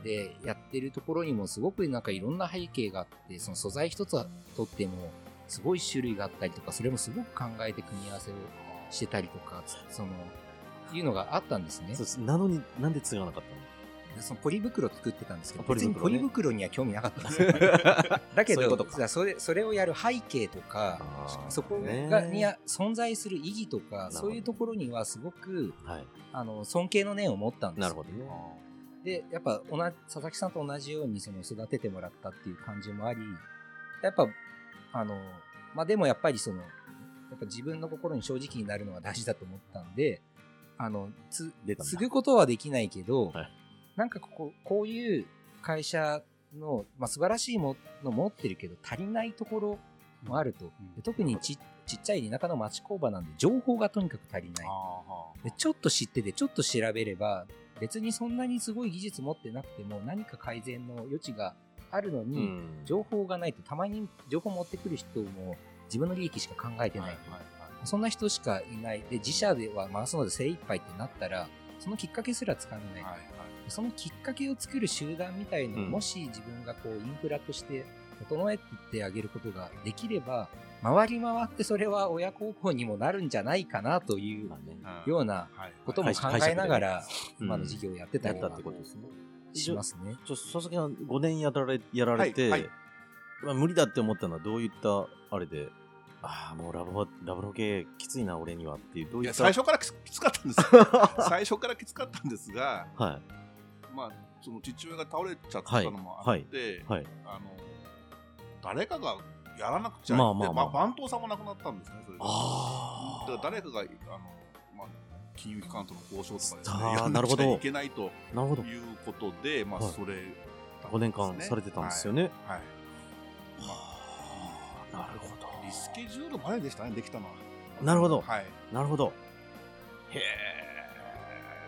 Speaker 2: でやってるところにもすごくなんかいろんな背景があって、その素材一つとってもすごい種類があったりとか、それもすごく考えて組み合わせをしてたりとか、その、いうのがあったんですね
Speaker 1: いそう。ですなのになんで継がなかったの
Speaker 2: そのポリ袋作ってたんですけど、
Speaker 1: ポリ
Speaker 2: 別に
Speaker 1: 袋
Speaker 2: ポ
Speaker 1: ね
Speaker 2: リ袋には興味なかったんですよ。
Speaker 1: [LAUGHS]
Speaker 2: だけ
Speaker 1: そういうこ
Speaker 2: ど
Speaker 1: とか
Speaker 2: じゃあそれそれをやる背景とか
Speaker 1: あー
Speaker 2: [LAUGHS] そこ
Speaker 1: ね
Speaker 2: がにや存在する意義と
Speaker 1: な
Speaker 2: か
Speaker 1: るほど
Speaker 2: そういうところにはすごく
Speaker 1: はい。
Speaker 2: あの尊敬の念を持ったんですよ
Speaker 1: なるほどね。
Speaker 2: でやっぱ同じ佐々木さんと同じようにその育ててもらったっていう感じもありやっぱあの、まあ、でもやっぱりそのやっぱ自分の心に正直になるのが大事だと思ったんであのつ
Speaker 1: 出たんだ
Speaker 2: 継ぐことはできないけど、
Speaker 1: はい
Speaker 2: なんかこここういう会社の、まあ、素晴らしいもの持ってるけど足りないところもあると、
Speaker 3: ん
Speaker 2: で特にちちっちゃい田舎の町工場なんで情報がとにかく足りない。でちょっと知っててちょっと調べれば別にそんなにすごい技術持ってなくても何か改善の余地があるの
Speaker 1: う
Speaker 2: に、
Speaker 1: ん
Speaker 2: 情報がないとたまに情報持ってくる人も自分の利益しか考えてない、そんな人しかいないで自社では回すので精一杯ってなったらそのきっかけすらつかめない、そのきっかけを作る集団みたいのを、
Speaker 1: うん
Speaker 2: もし自分がこうインフラとして整えてってあげることができれば回り回ってそれは親孝行にもなるんじゃないかなという
Speaker 1: まあね
Speaker 2: ようなことも考えながら、
Speaker 1: うん
Speaker 2: 今の事業をやってた
Speaker 1: や
Speaker 2: り
Speaker 1: っ
Speaker 2: と
Speaker 1: た
Speaker 2: か
Speaker 1: ってことですね。
Speaker 2: しますね。
Speaker 1: ちょ佐々木さん、5年やられやられて、
Speaker 3: はいはい
Speaker 1: まあ、無理だって思ったのは、どういったあれで、ああ、もうラブホラブロ系きついな、俺にはっていう、どう
Speaker 3: い
Speaker 1: い
Speaker 3: や
Speaker 1: った。
Speaker 3: 最初からきつきつかったんですよ最初からきつかったんですが、
Speaker 1: は
Speaker 3: まあ、その父親が倒れちゃったのもあって、
Speaker 1: い、はい、
Speaker 3: あの誰かがやらなくちゃいけない、
Speaker 1: まあまあまあ
Speaker 3: ま番頭さんも亡くなったんですねそれで
Speaker 1: あー
Speaker 3: だから誰かがあの、まあ、金融機関との交渉とか
Speaker 1: あー
Speaker 3: ですねやんなくちゃいけないと
Speaker 1: なるほど、
Speaker 3: いうことで、まあ、
Speaker 1: はい
Speaker 3: それ、
Speaker 1: 5年間されてたんですよね。
Speaker 3: はい、はい
Speaker 1: はあなるほ
Speaker 3: リスケジュールまででしたねできたのは
Speaker 1: ど。なるほど、
Speaker 3: はい
Speaker 1: なるほど。へ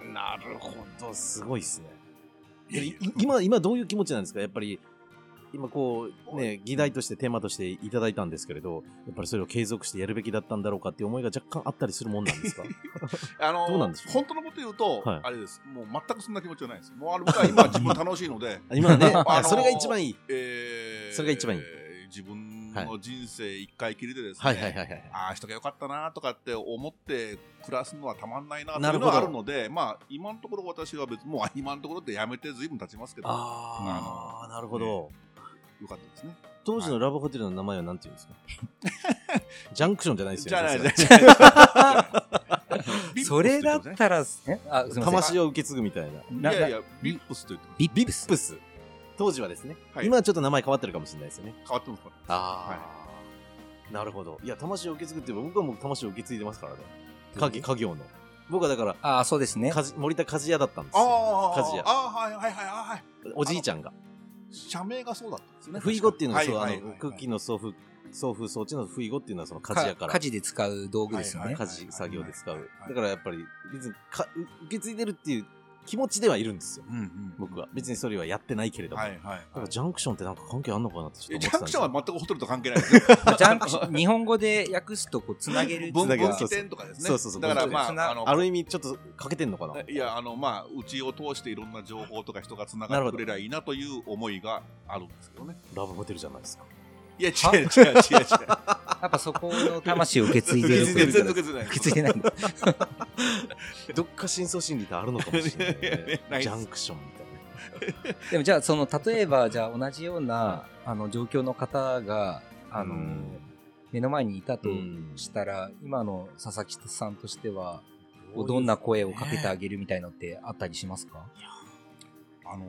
Speaker 1: え、なるほど、すごいですね。
Speaker 3: いや
Speaker 1: い
Speaker 3: い
Speaker 1: 今、今どういう気持ちなんですかやっぱり、今こう、ね、議題として、テーマとしていただいたんですけれど、やっぱりそれを継続してやるべきだったんだろうかっていう思いが若干あったりするもんなんです
Speaker 3: [LAUGHS]
Speaker 1: か
Speaker 3: あの
Speaker 1: どうなんでしょう
Speaker 3: 本当のこと言うと、
Speaker 1: はい
Speaker 3: あれですもう全くそんな気持ちはないですもうあれ僕は今自分楽しいので
Speaker 1: 今はね、
Speaker 3: [LAUGHS] あのー
Speaker 1: あそれが一番いい。
Speaker 3: え
Speaker 1: [LAUGHS]
Speaker 3: ー
Speaker 1: それが一番いい
Speaker 3: 自分の人生一回きりでですね、
Speaker 1: はいはいはいはい。
Speaker 3: ああしときゃよかったなとかって思って暮らすのはたまんないなと
Speaker 1: ないる
Speaker 3: う
Speaker 1: ほ
Speaker 3: の
Speaker 1: ど
Speaker 3: はあるのでまあ今のところ私は別にもう今のところでやめてずいぶん経ちますけどよ
Speaker 1: ああ、なるほ
Speaker 3: ね
Speaker 1: ど。
Speaker 3: かったですね
Speaker 1: 当時のラブホテルの名前は何て言うんですか [LAUGHS] ジャンクションじゃないです
Speaker 3: じ
Speaker 1: よ
Speaker 3: ゃない
Speaker 1: ね。
Speaker 3: じゃない
Speaker 1: それ
Speaker 3: ビップス
Speaker 2: それだ
Speaker 1: [LAUGHS]
Speaker 2: っ
Speaker 3: って言って
Speaker 2: たら、えあ、すみません。
Speaker 1: 魂を受け継ぐみたいな。
Speaker 3: ま
Speaker 2: な
Speaker 3: すねいやい
Speaker 2: な
Speaker 3: やビップスと言ってます
Speaker 2: ビ
Speaker 1: ビ
Speaker 2: ビ
Speaker 1: ップス。当時はですね。
Speaker 3: はい
Speaker 1: 今はちょっと名前変わってるかもしれないですよね。
Speaker 3: 変わってますから
Speaker 1: ああ、なるほど。いや、魂を受け継ぐって言えば、僕はもう魂を受け継いでますからね。家業家業の。僕はだから、
Speaker 2: ああ、そうですね。
Speaker 1: かじ森田鍛冶屋だったんですよ。
Speaker 3: ああ
Speaker 1: 鍛冶屋
Speaker 3: ああはいはいはいはいはい
Speaker 1: おじいちゃんが。
Speaker 3: 社名がそうだったんですね
Speaker 1: 不意語っていうのは、そう、あ
Speaker 3: は
Speaker 1: の、クッキーの送風、送風装置の不意語っていうのは、その鍛冶屋から。
Speaker 2: 家事で使う道具ですよね
Speaker 3: はい。
Speaker 1: 家事作業で使
Speaker 3: はいうはい。はい
Speaker 1: だからやっぱり、別にか受け継いでるっていう気持ちではいるんですよ。
Speaker 3: うんうん
Speaker 1: 僕は。別にそれはやってないけれども。
Speaker 3: はい
Speaker 1: だ
Speaker 3: はいはい
Speaker 1: からジャンクションってなんか関係あんのかなってちょ
Speaker 3: え
Speaker 1: っと
Speaker 3: ジ
Speaker 1: 思っ
Speaker 3: ャン
Speaker 1: て
Speaker 3: クショ
Speaker 1: た
Speaker 3: ンは
Speaker 1: んですよ。
Speaker 3: 全くホテルと関係な
Speaker 1: [LAUGHS]
Speaker 3: いですね
Speaker 2: ジャンクシ日本語で訳すとこうつなげ [LAUGHS] る。
Speaker 3: 分
Speaker 1: だから
Speaker 3: 分岐点とかですね
Speaker 1: そうそうそう
Speaker 3: だから
Speaker 1: 分岐
Speaker 2: 点
Speaker 3: まああの
Speaker 1: ある意味、ちょっと欠けてんのかない
Speaker 3: やあのまあうちを通していろんな情報とか人がつながってくれりゃいいなという思いがあるんですけどね
Speaker 1: ラブホテルじゃないですか。
Speaker 3: いや違
Speaker 2: は
Speaker 3: う違う違う違う
Speaker 2: やっぱそこの魂を受け継いでる
Speaker 1: 全然
Speaker 2: という
Speaker 3: 全然
Speaker 2: か。
Speaker 3: 受けてない
Speaker 2: 受け継いでないんだ。
Speaker 1: どっか深層心理ってあるのかもしれない,、ね
Speaker 3: [LAUGHS] ない
Speaker 1: ジャンクションみたい
Speaker 2: でもじゃあ、その、例え [LAUGHS] ば、じゃあ同じような、あの、状況の方が、
Speaker 1: な。
Speaker 2: あの、目の前にいたと
Speaker 1: うん
Speaker 2: したら、今の佐々木さんとしては、
Speaker 1: ういう
Speaker 2: どんな声をかけてあげるみたいのってあったりしますか、
Speaker 3: あの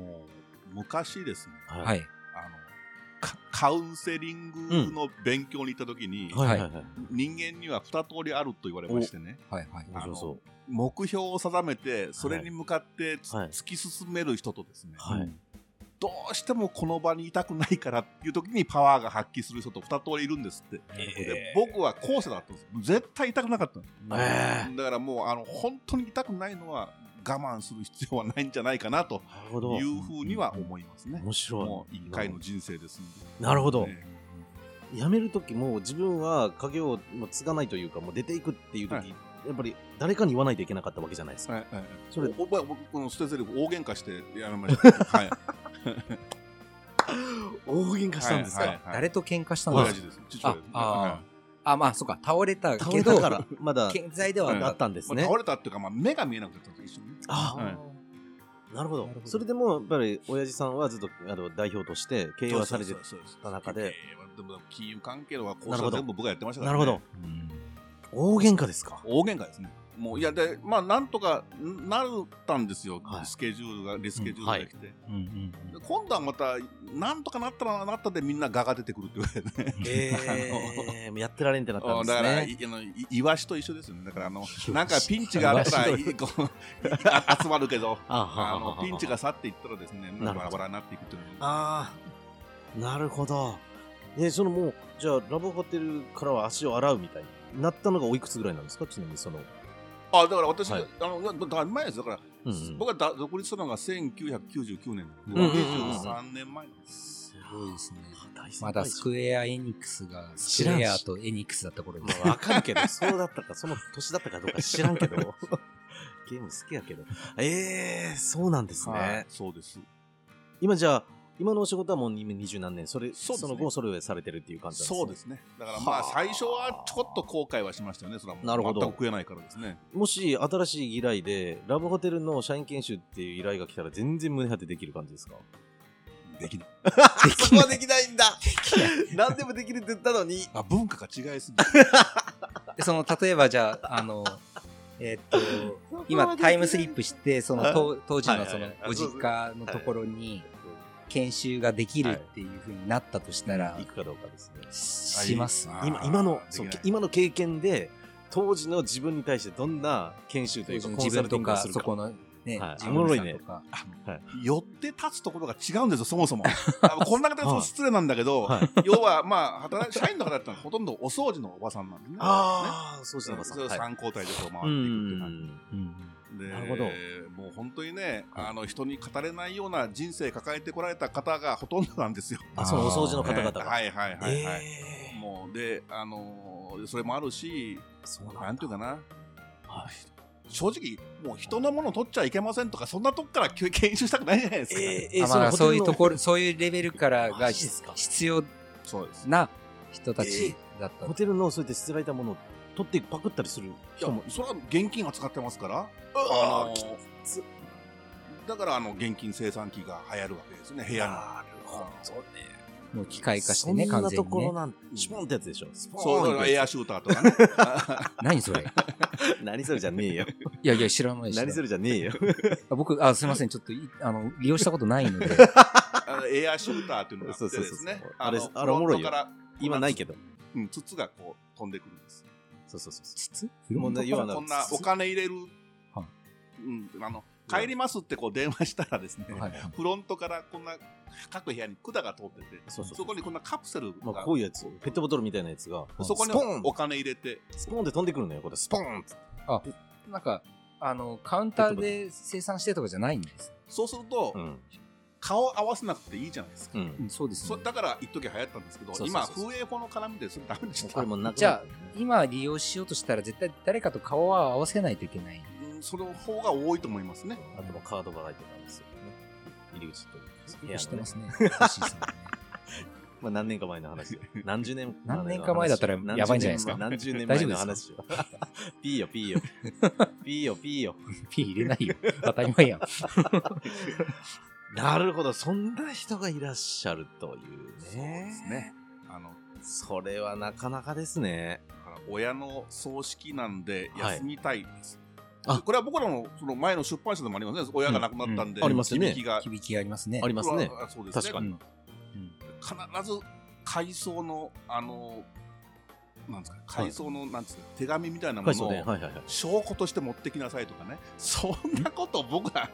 Speaker 3: 昔ですね
Speaker 1: は。
Speaker 2: はいい。
Speaker 3: あのカカウンセリングの勉強に行った時に、
Speaker 1: はいはいはい。
Speaker 3: 人間には二通りあると言われましてね
Speaker 2: はいはい。
Speaker 1: 面白そう。
Speaker 3: 目標を定めてそれに向かってつ、
Speaker 1: はい
Speaker 3: 突き進める人とですね、
Speaker 1: はい。
Speaker 3: どうしてもこの場にいたくないからっていう時にパワーが発揮する人と二通りいるんですって、で僕は後者だったんですよ絶対痛くなかったんです
Speaker 1: え
Speaker 3: だからもうあの本当に痛くないのは我慢する必要はないんじゃないかなと
Speaker 1: ー、なるほど
Speaker 3: い。うふうには思いますね
Speaker 1: 面白
Speaker 3: もう一回の人生ですん
Speaker 1: い。
Speaker 3: で
Speaker 1: なるほど。
Speaker 3: え
Speaker 1: 辞めるときも自分は家業を継がないというか、もう出ていくっていうとき、
Speaker 3: はい
Speaker 1: やっぱり誰かに言わないといけなかったわけじゃないです
Speaker 3: え
Speaker 1: か。
Speaker 3: はいはいはい
Speaker 1: それ
Speaker 3: おお僕この捨てゼリフ大喧嘩してやめました、
Speaker 1: [LAUGHS]
Speaker 3: はい、
Speaker 1: 大喧嘩したんですか、
Speaker 3: はいはいはい
Speaker 2: 誰と喧嘩したんで
Speaker 3: 親
Speaker 2: す
Speaker 3: 父
Speaker 2: か
Speaker 3: です父親ですね
Speaker 2: ああー
Speaker 3: はい
Speaker 2: あ、まあ、そうか、倒れた
Speaker 1: 倒
Speaker 2: け
Speaker 1: れた
Speaker 2: ど、
Speaker 1: から、まだ
Speaker 2: 健在では
Speaker 3: うん
Speaker 1: あ
Speaker 2: な
Speaker 1: ったんです
Speaker 3: まあ
Speaker 1: ね。
Speaker 3: 倒れたっていうか、まあ、目が見えなくなったんですよ一緒に
Speaker 1: あ
Speaker 3: はい
Speaker 1: なるほど
Speaker 2: なるほど
Speaker 1: それでもやっぱり親父さんはずっとあの代表として経営はされて
Speaker 3: そうそうそうそう
Speaker 1: た中で
Speaker 3: 経営はでも金融関係のはこ
Speaker 1: な
Speaker 3: う
Speaker 1: る
Speaker 3: し
Speaker 1: ほ
Speaker 3: た
Speaker 1: ど
Speaker 3: 全部僕がやってましたか
Speaker 1: な
Speaker 3: ら、
Speaker 1: る
Speaker 3: ね、
Speaker 1: ほど大喧嘩ですか
Speaker 3: 大喧嘩ですねもういやでまあなんとかんなったんですよ、
Speaker 1: はい
Speaker 3: スケジュールがリスケジュールが来て、
Speaker 4: うんうん
Speaker 3: で今度はまたなんとかなったらなったでみんなガが出てくるって言われてね
Speaker 1: えー、やってられんってなったんで
Speaker 3: だ
Speaker 1: す
Speaker 3: から
Speaker 1: ね
Speaker 3: いあのいイワシと一緒ですよねだからあのなんかピンチがあったらいこう集まるけど
Speaker 1: あ
Speaker 3: あ
Speaker 1: ははは
Speaker 3: のピンチが去っていったらですねも
Speaker 1: な
Speaker 3: う
Speaker 1: るほど
Speaker 3: バラバラになっていくという
Speaker 1: ああなるほどねそのもうじゃあラブホテルからは足を洗うみたいになったのがおいくつぐらいなんですかちなみにその、
Speaker 3: あだから私、
Speaker 1: はい
Speaker 3: あのだだいぶ前ですよだから、
Speaker 1: うんうん
Speaker 3: 僕がだ独立したのが1999年
Speaker 1: うんうんうん
Speaker 3: 23年前なんです
Speaker 2: すごいですね。
Speaker 1: 大先輩
Speaker 2: まだスクエア・エニックスが、スクエアとエニックスだった頃に。
Speaker 1: まあ、わかるけど、そうだったか、その年だったかどうか知らんけ
Speaker 3: [LAUGHS]
Speaker 1: ど、ゲーム好きやけど。ええそうなんですね。
Speaker 2: は
Speaker 3: そうです
Speaker 1: 今じゃあ、今のお仕事はもう今20何年、それ、そ
Speaker 3: そうです
Speaker 1: の
Speaker 3: ね
Speaker 1: 後、それをされてるっていう感じなんですね。
Speaker 3: そうですねだからま
Speaker 1: はあ
Speaker 3: あ最初はちょっと後悔はしましたよねそれはもう
Speaker 1: なるほど
Speaker 3: 全く食えないからですね
Speaker 1: もし、新しい依頼で、ラブホテルの社員研修っていう依頼が来たら、全然胸張ってできる感じですか
Speaker 3: できない
Speaker 1: [LAUGHS] そこはできないんだ何でもできるって言ったのに。
Speaker 3: あ文化が違いすぎる
Speaker 2: で、その、例えばじゃあ、あの、 [LAUGHS] えーっと、今タイムスリップして、その、と当時のそ
Speaker 1: はいは
Speaker 2: の
Speaker 1: いは、い
Speaker 2: ご実家のところに、研修ができるっていうふうになったとしたら
Speaker 1: 行、くかどうかですね。
Speaker 2: します。
Speaker 3: あ
Speaker 1: 今今の
Speaker 3: でき
Speaker 1: そう
Speaker 3: ない
Speaker 1: 今の経験で当時の自分に対してどんな研修というかコ
Speaker 2: 自
Speaker 1: ンサ
Speaker 2: 分
Speaker 1: ルティ
Speaker 2: と
Speaker 1: ングを
Speaker 2: か、
Speaker 1: する
Speaker 2: そ
Speaker 1: か
Speaker 2: この、ね
Speaker 1: はい、
Speaker 2: 事務員さんとか。
Speaker 3: 寄って立つところが違うんですよそもそも
Speaker 1: [LAUGHS]
Speaker 3: あこんな形
Speaker 1: は
Speaker 3: はい失礼なんだけど、
Speaker 1: はい
Speaker 3: 要はまあ働い社員の方だったらほとんどお掃除のおばさんなんですね
Speaker 1: ああ、そうし
Speaker 3: そ
Speaker 1: てま
Speaker 3: う
Speaker 1: す
Speaker 3: それを
Speaker 1: はい
Speaker 3: 三交代でこう
Speaker 1: う
Speaker 3: 回っていくっていう感じ
Speaker 1: ん
Speaker 4: うん
Speaker 3: で
Speaker 1: なるほど
Speaker 3: もう本当にね、
Speaker 1: はい
Speaker 3: あの人に語れないような人生抱えてこられた方がほとんどなんですよ。
Speaker 1: あそのお掃除の方々
Speaker 3: ね
Speaker 1: が。
Speaker 3: はいはいはいはい。
Speaker 1: えー
Speaker 3: もうで、あのーそれもあるし、
Speaker 1: そう
Speaker 3: な
Speaker 1: なんん
Speaker 3: てい
Speaker 1: だ
Speaker 3: うかな、
Speaker 1: はい
Speaker 3: 正直、もう人のもの取っちゃいけませんとか、そんなとこから研修したくないじゃないですか。
Speaker 1: えー
Speaker 2: あまあ、
Speaker 1: その
Speaker 2: そ
Speaker 1: ホ
Speaker 2: う
Speaker 1: テル
Speaker 2: い
Speaker 1: の
Speaker 2: うところ、そういうレベルから
Speaker 1: マ
Speaker 2: が
Speaker 1: ジですか
Speaker 2: 必要
Speaker 3: そうです。
Speaker 2: な人たちだった
Speaker 1: ホ。テルのそうやって捨てられたものを取ってパクったりする
Speaker 3: いや
Speaker 1: 人も。
Speaker 3: それは現金扱ってますから、あ
Speaker 1: あ
Speaker 3: の
Speaker 1: ー
Speaker 3: ー
Speaker 1: つ
Speaker 3: だからあの現金生産機が流行るわけですね、部屋に。
Speaker 1: なるほどね。
Speaker 2: もう機械化してね、
Speaker 1: そん
Speaker 2: 完
Speaker 1: な
Speaker 2: 全
Speaker 1: と
Speaker 2: に
Speaker 1: こ
Speaker 2: ね
Speaker 1: ろ。なんシュポンってやつでしょ。スポ
Speaker 3: そう、だ
Speaker 1: ーン
Speaker 3: か
Speaker 1: っ
Speaker 3: ら
Speaker 1: て
Speaker 3: エ
Speaker 1: や
Speaker 3: アシューターとかね。
Speaker 1: [LAUGHS]
Speaker 2: 何それい
Speaker 1: つ何それじゃねえよ。
Speaker 2: やいや、知らないし。
Speaker 1: 何それじゃね [LAUGHS] えよ。
Speaker 2: あ僕、あ、すみません、ちょっとい、あの、利用したことないので、
Speaker 3: あのエアシューターっていうのがあってで
Speaker 1: そうそう
Speaker 3: す
Speaker 1: そう
Speaker 3: ね
Speaker 1: そう。
Speaker 3: の
Speaker 1: あれあれおもろいよ
Speaker 3: フロントから
Speaker 1: 今ないけど。
Speaker 3: うん、筒がこう飛んでくるんです。
Speaker 1: そうそうそう。
Speaker 2: 筒
Speaker 1: [LAUGHS] もうね要は
Speaker 3: こんなお金入れる
Speaker 2: はい、
Speaker 3: うん、あの、帰りますってこう電話したらですね、
Speaker 2: はい。
Speaker 3: フロントからこんな各部屋に管が通ってて、
Speaker 1: そうそう
Speaker 3: そこにこんなカプセル
Speaker 1: まあ
Speaker 3: が
Speaker 1: こ、ういうやつ、ペットボトルみたいなやつが、
Speaker 3: そこに
Speaker 1: スポーン
Speaker 3: お金入れて、
Speaker 1: スポーンって飛んでくるのよ、これ。スポーンって。
Speaker 2: なんか、あの、カウンターで生産してとかじゃないんです。
Speaker 3: そうすると
Speaker 1: う、ん。
Speaker 3: 顔合わせなくていいじゃないですか。
Speaker 1: うん。
Speaker 2: そうです
Speaker 3: そ
Speaker 2: ね
Speaker 3: だから一時流行ったんですけど
Speaker 1: そうそうそう
Speaker 3: 今
Speaker 1: そう
Speaker 3: 風営法の絡みでそれダメでし
Speaker 1: こ
Speaker 3: た
Speaker 1: れ、もうなくなっ
Speaker 2: じゃ今利用しようとしたら、絶対誰かと顔は合わせないといけない。
Speaker 3: うん、その方が多いと思いますね
Speaker 1: あともカード払いとかですよね。入り口と部屋のね
Speaker 2: 知ってますね。欲しいですね
Speaker 1: まあ何年か前の話よ。何十年
Speaker 2: 何年か前だったらやばいんじゃないですか
Speaker 1: 何十年
Speaker 2: 大
Speaker 1: 前
Speaker 2: 丈夫
Speaker 1: の
Speaker 2: ですか
Speaker 1: 話よ。 [LAUGHS] ピーよ、ピーよ。ピーよ、ピーよ。
Speaker 2: ピー入れないよ。当たり前やん。
Speaker 1: なるほど、そんな人がいらっしゃるという
Speaker 3: そうです
Speaker 1: ね
Speaker 3: ね。あの
Speaker 1: それはなかなかですね。
Speaker 3: だから親の葬式なんで
Speaker 1: はい
Speaker 3: 休みたいです、
Speaker 1: あ
Speaker 3: これは僕らのその前の出版社でもありますね親が亡くなったんで、
Speaker 1: うんうんありますよね
Speaker 3: 響きが
Speaker 2: 響きありますね。
Speaker 1: ありますね
Speaker 3: これはそうですね
Speaker 1: 確かに
Speaker 2: うん
Speaker 3: 必ず回想のあのなんですか回想の、なんですか手紙みたいなも
Speaker 1: はい、
Speaker 3: の
Speaker 1: そう
Speaker 3: を、
Speaker 1: ね。はいはいはい。
Speaker 3: 証拠として持ってきなさいとかねそんなこと僕ら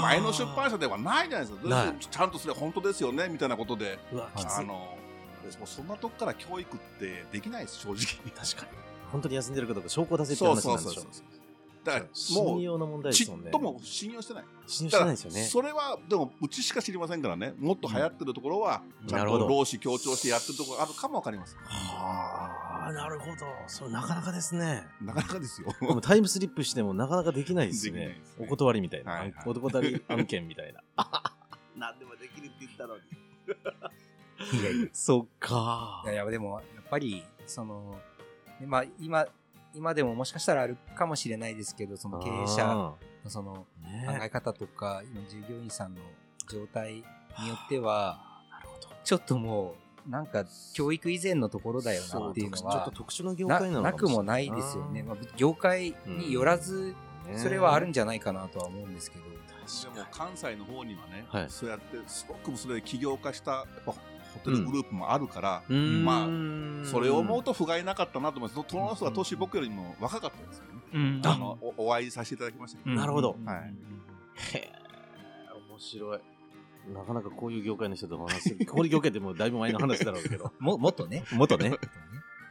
Speaker 3: 前の出版
Speaker 1: 社。
Speaker 3: 社ではないじゃないですか
Speaker 1: ない
Speaker 3: ちゃんとそれ本当ですよねみたいなことで
Speaker 1: うわ、きつ
Speaker 3: あ
Speaker 1: い。
Speaker 3: のもうそんなとこから教育ってできないです正直
Speaker 1: 確かに。本当に休んでるかどうか証拠出せって
Speaker 3: そう
Speaker 1: 話
Speaker 3: そ
Speaker 1: な
Speaker 3: うん
Speaker 1: でし
Speaker 3: そうそ
Speaker 1: ょ
Speaker 3: う。だからも
Speaker 1: 信
Speaker 3: う
Speaker 1: 用の問題で
Speaker 3: ち
Speaker 1: すもんね。
Speaker 3: っとも信用してない
Speaker 1: 信用し
Speaker 3: だ
Speaker 1: てな
Speaker 3: か
Speaker 1: い
Speaker 3: ら
Speaker 1: ですよね。
Speaker 3: それはでもうちしか知りませんからねもっと流行ってるところはちゃ
Speaker 1: なんるほ
Speaker 3: と
Speaker 1: ど
Speaker 3: 労使協調してやってるところがあるかもわかります
Speaker 1: はあ、なるほど。それなかなかですね。
Speaker 3: なかなかですよ
Speaker 1: でもタイムスリップしてもなかなかできないです
Speaker 3: できな
Speaker 1: ね
Speaker 3: いです。
Speaker 1: お
Speaker 3: ね
Speaker 1: 断りみたいな。
Speaker 3: はいはい
Speaker 1: お断り案件みたいな。
Speaker 3: [LAUGHS]
Speaker 1: 何でもできるって言ったのに。
Speaker 2: いやいや。
Speaker 1: そっか
Speaker 2: いやいやでもやっぱりその、ねまあ、今今でももしかしたらあるかもしれないですけどその経営者その考
Speaker 1: ね
Speaker 2: え方とか、今従業員さんの状態によっては、ちょっともう、なんか教育以前のところだよなっていうの
Speaker 1: ちょっ
Speaker 2: は
Speaker 1: と、特殊な業
Speaker 2: な
Speaker 1: 界なの
Speaker 2: なくもないですよね。まあ、業界によらず、それはあるんじゃないかなとは思うんですけど。
Speaker 3: でも関西の方にはね、
Speaker 1: はい
Speaker 3: そうやってすごくそれで起業化したやっぱホテルグループもあるから、ま
Speaker 1: ま
Speaker 3: それを思うと不甲斐なかったなと思います。その人は年僕よりも若かったですよね。
Speaker 2: うん
Speaker 3: あのおお会いさせていただきましたけど、
Speaker 1: なるほど
Speaker 3: はい
Speaker 1: へー面白い。なかなかこういう業界の人とお話
Speaker 2: [LAUGHS]
Speaker 1: する。こういう業界ってもうだいぶ前の話だろうけど。
Speaker 2: も、もっとね。
Speaker 1: 元ね。
Speaker 2: もっとね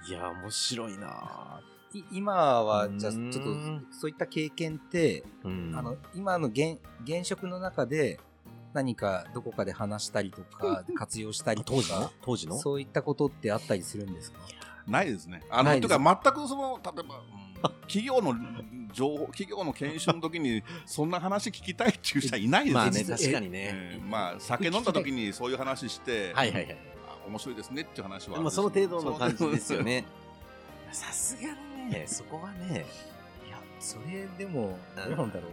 Speaker 1: いや、面白いなぁ
Speaker 2: い今は、じゃあ
Speaker 1: う
Speaker 2: ちょ
Speaker 1: ーん
Speaker 2: っと、そういった経験って、
Speaker 1: うん
Speaker 2: あの、今の現、現職の中で、何かどこかで話したりと
Speaker 1: [LAUGHS]
Speaker 2: か、活用したりと
Speaker 1: 当時の
Speaker 2: か、
Speaker 1: 当時の
Speaker 2: そういったことってあったりするんですか
Speaker 3: ないですね。あの、
Speaker 2: ない
Speaker 3: と
Speaker 2: です
Speaker 3: か全くその、例えば、
Speaker 1: [LAUGHS]
Speaker 3: うん企業の情報、企業の研修の時に、そんな話聞きたいっていう人はいないですよ
Speaker 1: まあね、
Speaker 2: 実
Speaker 1: 確かに
Speaker 3: え
Speaker 1: ね。
Speaker 3: ーまあ、酒飲んだ時にそういう話して、
Speaker 1: はいはいはい。
Speaker 3: あ面白いですねっていう話は
Speaker 1: でもその程度の感じですよ。
Speaker 3: そう
Speaker 1: ね。 [LAUGHS] さすがにね、そこはね、
Speaker 2: いや、それでも、ど
Speaker 1: うん
Speaker 2: うなんだろう。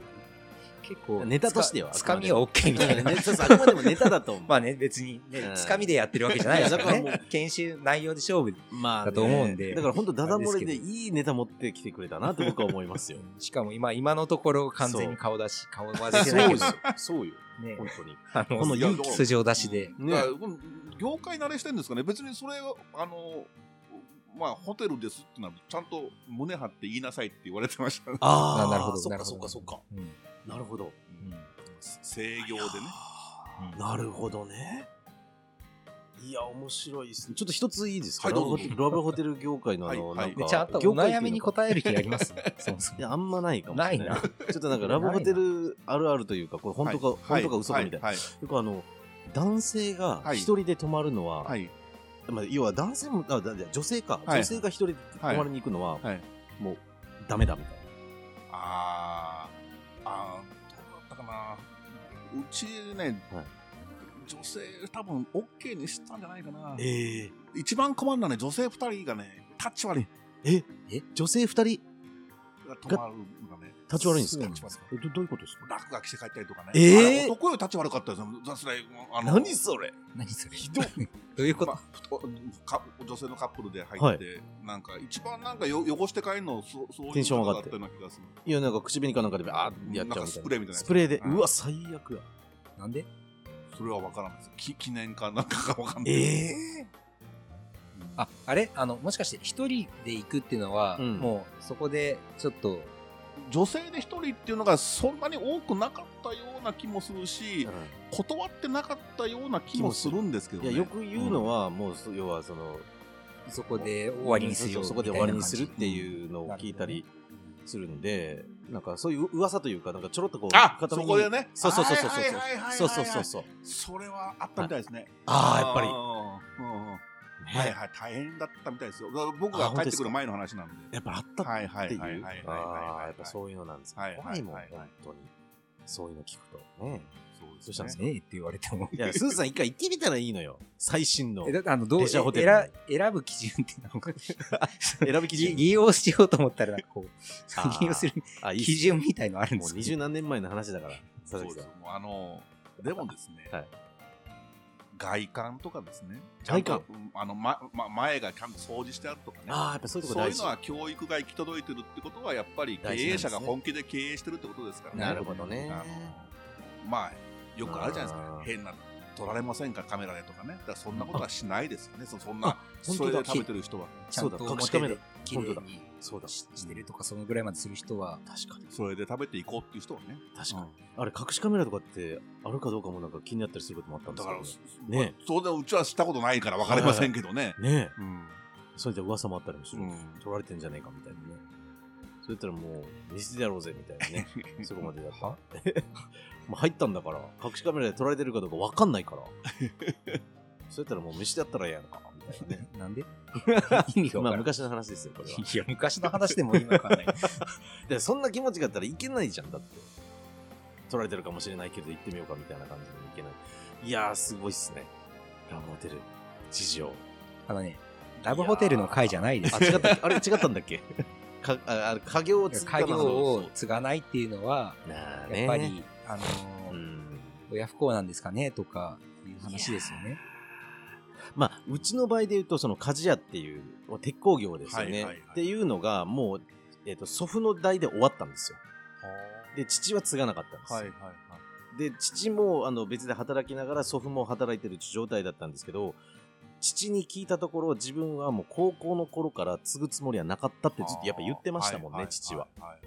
Speaker 2: 結構、
Speaker 1: ネタとしては
Speaker 2: つかつかみは OK みたいな
Speaker 1: ね、。そうそうあくまでもネタだと思う。
Speaker 2: [LAUGHS] まあね、別にね
Speaker 1: う、ん
Speaker 2: つかみでやってるわけじゃないですから
Speaker 1: いやだから
Speaker 2: ね。研修内容で勝負。
Speaker 1: まあね
Speaker 2: だと思うんで
Speaker 1: だから本当ダダ漏れ
Speaker 2: あれ
Speaker 1: で
Speaker 2: です
Speaker 1: いいネタ持ってきてくれたなって僕は思います
Speaker 2: [LAUGHS]
Speaker 1: よ。
Speaker 2: しかも今、今のところ完全に顔出し、顔は出て
Speaker 1: そう
Speaker 2: ない
Speaker 1: よ
Speaker 2: けど、ね、。
Speaker 1: そうよ。本当に。
Speaker 2: あの
Speaker 1: この勇
Speaker 3: 気
Speaker 2: 素性出しで。
Speaker 1: ね
Speaker 3: だからうん業界慣れしてるんですかね。別にそれを、あの、まあ、ホテルですってのは、ちゃんと胸張って言いなさいって言われてま [LAUGHS] したね。
Speaker 1: あ
Speaker 2: あ
Speaker 1: あ、
Speaker 2: なるほど。
Speaker 1: そっ
Speaker 2: な
Speaker 1: か
Speaker 2: るほ
Speaker 1: そっ
Speaker 2: ど
Speaker 1: かそっか。。
Speaker 2: うん
Speaker 1: なるほど。
Speaker 3: 制御でね。
Speaker 2: うん
Speaker 1: なるほどね。いや、面白いですね。ちょっと一ついいですか、
Speaker 3: はい
Speaker 1: ラ
Speaker 3: ど
Speaker 1: ブホ
Speaker 3: うぞ
Speaker 1: テルラブホテル業界のあの、
Speaker 3: はいは
Speaker 1: なん
Speaker 3: い
Speaker 1: か、
Speaker 2: でちゃんとお
Speaker 1: 業界
Speaker 2: 悩みに
Speaker 1: って
Speaker 2: 答える気ありますそもそ
Speaker 1: いうのかい
Speaker 2: も。
Speaker 1: や、あんまないかもしれない。
Speaker 2: ないな
Speaker 1: ちょっとなんかラブホテルあるあるというか、これ本当か、
Speaker 3: はい
Speaker 1: 本当か嘘かみたいな。
Speaker 3: はい。
Speaker 1: よくあの、男性が
Speaker 3: はい
Speaker 1: 一人で泊まるのは、
Speaker 3: はい。
Speaker 1: まあ、要は男性も、あだだ女性か、
Speaker 3: はい
Speaker 1: 女性が一人で泊まりに行くのは、
Speaker 3: はいはい
Speaker 1: もう、ダメだみたい
Speaker 3: あーあー、どうだったかな。うちね、
Speaker 1: はい
Speaker 3: 女性多分 OK にしたんじゃないかな
Speaker 1: な。。ええ
Speaker 3: 一番困るのはね、女性二人がね、タッチ悪い。
Speaker 1: え、女性二人、立
Speaker 3: が止まるのがね。
Speaker 1: ち悪いんですか
Speaker 3: 立ち悪
Speaker 1: え
Speaker 3: い
Speaker 1: どどういうことですか
Speaker 3: 落書きして帰ったりとかね。
Speaker 1: えー
Speaker 3: あれ男より立ち悪かったですよ。だそれあの
Speaker 1: 何それ
Speaker 2: 何それ
Speaker 3: ひどい
Speaker 2: [LAUGHS] どういうこと
Speaker 3: まおか女性のカップルで入って、
Speaker 1: はい
Speaker 3: なんか一番なんかよ汚して帰るのそそういう
Speaker 1: テンション上
Speaker 3: だ
Speaker 1: が
Speaker 3: っ
Speaker 1: って
Speaker 3: たような気がする。
Speaker 1: いや、なんか口紅かなんかで、あーってやっちゃうみたいな。
Speaker 3: なんかスプレーみたいなやつ
Speaker 1: スプレーで、
Speaker 3: うん
Speaker 1: うわ、最悪や。
Speaker 2: なんで
Speaker 3: それは分からんです。き記念かなんかが分かんない。
Speaker 1: ええ
Speaker 2: あ、あれあの、もしかして一人で行くっていうのは、
Speaker 1: うん
Speaker 2: もうそこでちょっと、
Speaker 3: 女性で一人っていうのがそんなに多くなかったような気もするし、断ってなかったような気もするんですけど
Speaker 1: いや
Speaker 3: ね。
Speaker 1: よく言うのは、もうそ要はその
Speaker 2: そこで終わりにするよ
Speaker 1: そうそこで終わりにするっていうのを聞いたり
Speaker 2: な
Speaker 1: するんで、なんかそういう噂というかなんかちょろっとこう
Speaker 3: あ
Speaker 1: 片
Speaker 3: そ
Speaker 1: 目に
Speaker 3: こでね。
Speaker 1: そうそうそうそう
Speaker 3: はいはいはいはいはい
Speaker 1: そうそうそうそう
Speaker 3: それはあったみたいですね。
Speaker 1: ああやっぱり
Speaker 3: り。うんうんうんはい
Speaker 1: ね
Speaker 3: はい、大変だったみたいですよ。だから僕
Speaker 1: あ
Speaker 3: が
Speaker 1: 本当
Speaker 3: 帰
Speaker 1: で
Speaker 3: っ
Speaker 1: すか
Speaker 3: てくる前の話なんで。
Speaker 1: やっぱあったっ
Speaker 3: はいは
Speaker 1: て
Speaker 3: いはいはいいうはいはい
Speaker 1: ああやっぱ
Speaker 3: そう
Speaker 1: そういうのなんです
Speaker 3: はいはい
Speaker 1: 怖いもん
Speaker 3: はい
Speaker 1: 本当にそういうの聞くとね
Speaker 3: ですね
Speaker 1: どうしたんですか
Speaker 2: ねえって言われても。
Speaker 1: いやスーさん一回行ってみたらいいのよ最新の
Speaker 2: えだってあのど
Speaker 1: レ
Speaker 2: う
Speaker 1: ジャーホテル
Speaker 2: 選選ぶ基準って [LAUGHS] なんか
Speaker 1: 選ぶ基準
Speaker 2: 利用しようと思ったらなんか [LAUGHS] こ
Speaker 1: あー
Speaker 2: う利用する
Speaker 1: あいいっす
Speaker 2: 基準みたいのあるんで
Speaker 1: もう
Speaker 2: す
Speaker 1: 二十何年前の話だから佐
Speaker 3: そう
Speaker 1: 々木
Speaker 3: です
Speaker 1: さん
Speaker 3: よ。もうあの、でもですね、
Speaker 1: はい
Speaker 3: 外観とかですね。
Speaker 1: 外観
Speaker 3: ちゃんとうんあの、ま、ま、前がちゃんと掃除してあるとかね。
Speaker 1: ああやっぱそういうとこ
Speaker 3: そう
Speaker 1: 大
Speaker 3: いう
Speaker 1: 事
Speaker 3: のは教育が行き届いてるってことは、やっぱり経
Speaker 1: 大事なん
Speaker 3: 営
Speaker 1: です
Speaker 3: 者
Speaker 1: ね
Speaker 3: が本気で経営してるってことですからね。
Speaker 1: なるほどね
Speaker 3: あの、まあ、よくあるじゃないです
Speaker 1: あ
Speaker 3: か
Speaker 1: ー。
Speaker 3: 変な、撮られませんか、カメラでとかね。だからそんなことはしないですよね。そそんな
Speaker 1: あ、本
Speaker 3: そ
Speaker 1: 当
Speaker 3: れ
Speaker 1: だ
Speaker 3: で食べてる人は。
Speaker 2: ちゃん
Speaker 1: そう
Speaker 2: と
Speaker 1: だ隠しカメ
Speaker 2: 表
Speaker 1: ラ
Speaker 2: で綺麗
Speaker 1: 本当
Speaker 2: に
Speaker 1: そうだ
Speaker 2: ししてるとかそのぐらいまでする人は
Speaker 1: 確かに
Speaker 3: それで食べていこうっていう人はね。
Speaker 1: 確かにあれ、隠しカメラとかってあるかどうかもなんか気になったりすることもあったんで
Speaker 3: だ
Speaker 1: す
Speaker 3: か
Speaker 1: け
Speaker 3: ら
Speaker 1: ど、、ね
Speaker 3: ね、そうでうちはしたことないから分かりませんけどね。
Speaker 1: ねえ、
Speaker 3: うん。
Speaker 1: それで噂もあったりもする、
Speaker 3: うん
Speaker 1: 取られてんじゃねえかみたいなね。そういったらもう、見せてやろうぜみたい
Speaker 3: [LAUGHS]
Speaker 1: なね。そこまでや [LAUGHS] った。もう入ったんだから、隠しカメラで撮られてるかどうかわかんない
Speaker 3: [LAUGHS]
Speaker 1: から。そういったらもう飯でやったらええやんか、みたい
Speaker 3: [LAUGHS]
Speaker 1: なね。
Speaker 2: なんで
Speaker 1: [LAUGHS]
Speaker 2: 意味がわ
Speaker 1: まあ
Speaker 2: からん
Speaker 1: 昔の話ですよ、これは。
Speaker 2: いや昔の話でも今からない
Speaker 1: で、そんな気持ちがあったらいけないじゃん、だって。撮られてるかもしれないけど行ってみようかみたいな感じでもいけない。いやー、すごいっすね。ラブホテル、事情。
Speaker 2: あのねラブホテルの会じゃないです
Speaker 1: あ、違ったっけあれ違ったんだっけ [LAUGHS] かああ家業を継ぐか
Speaker 2: 家
Speaker 1: な
Speaker 2: 業を継がないっていうのは、
Speaker 1: なあね
Speaker 2: やっぱり、あの
Speaker 1: う
Speaker 2: ー
Speaker 1: ん
Speaker 2: 親不孝なんですかねとかいう話ですよね。
Speaker 1: まあうちの場合で言うとその鍛冶屋っていう鉄工業ですよね、
Speaker 3: はいはいはい
Speaker 1: っていうのがもう、えー、と祖父の代で終わったんですよ
Speaker 3: は
Speaker 1: で父は継がなかったんですよ、
Speaker 3: いはいはい。
Speaker 1: で父もあの別で働きながら祖父も働いてる状態だったんですけど父に聞いたところ自分はもう高校の頃から継ぐつもりはなかったってずっとやっぱ言ってましたもんね、父は。
Speaker 3: はい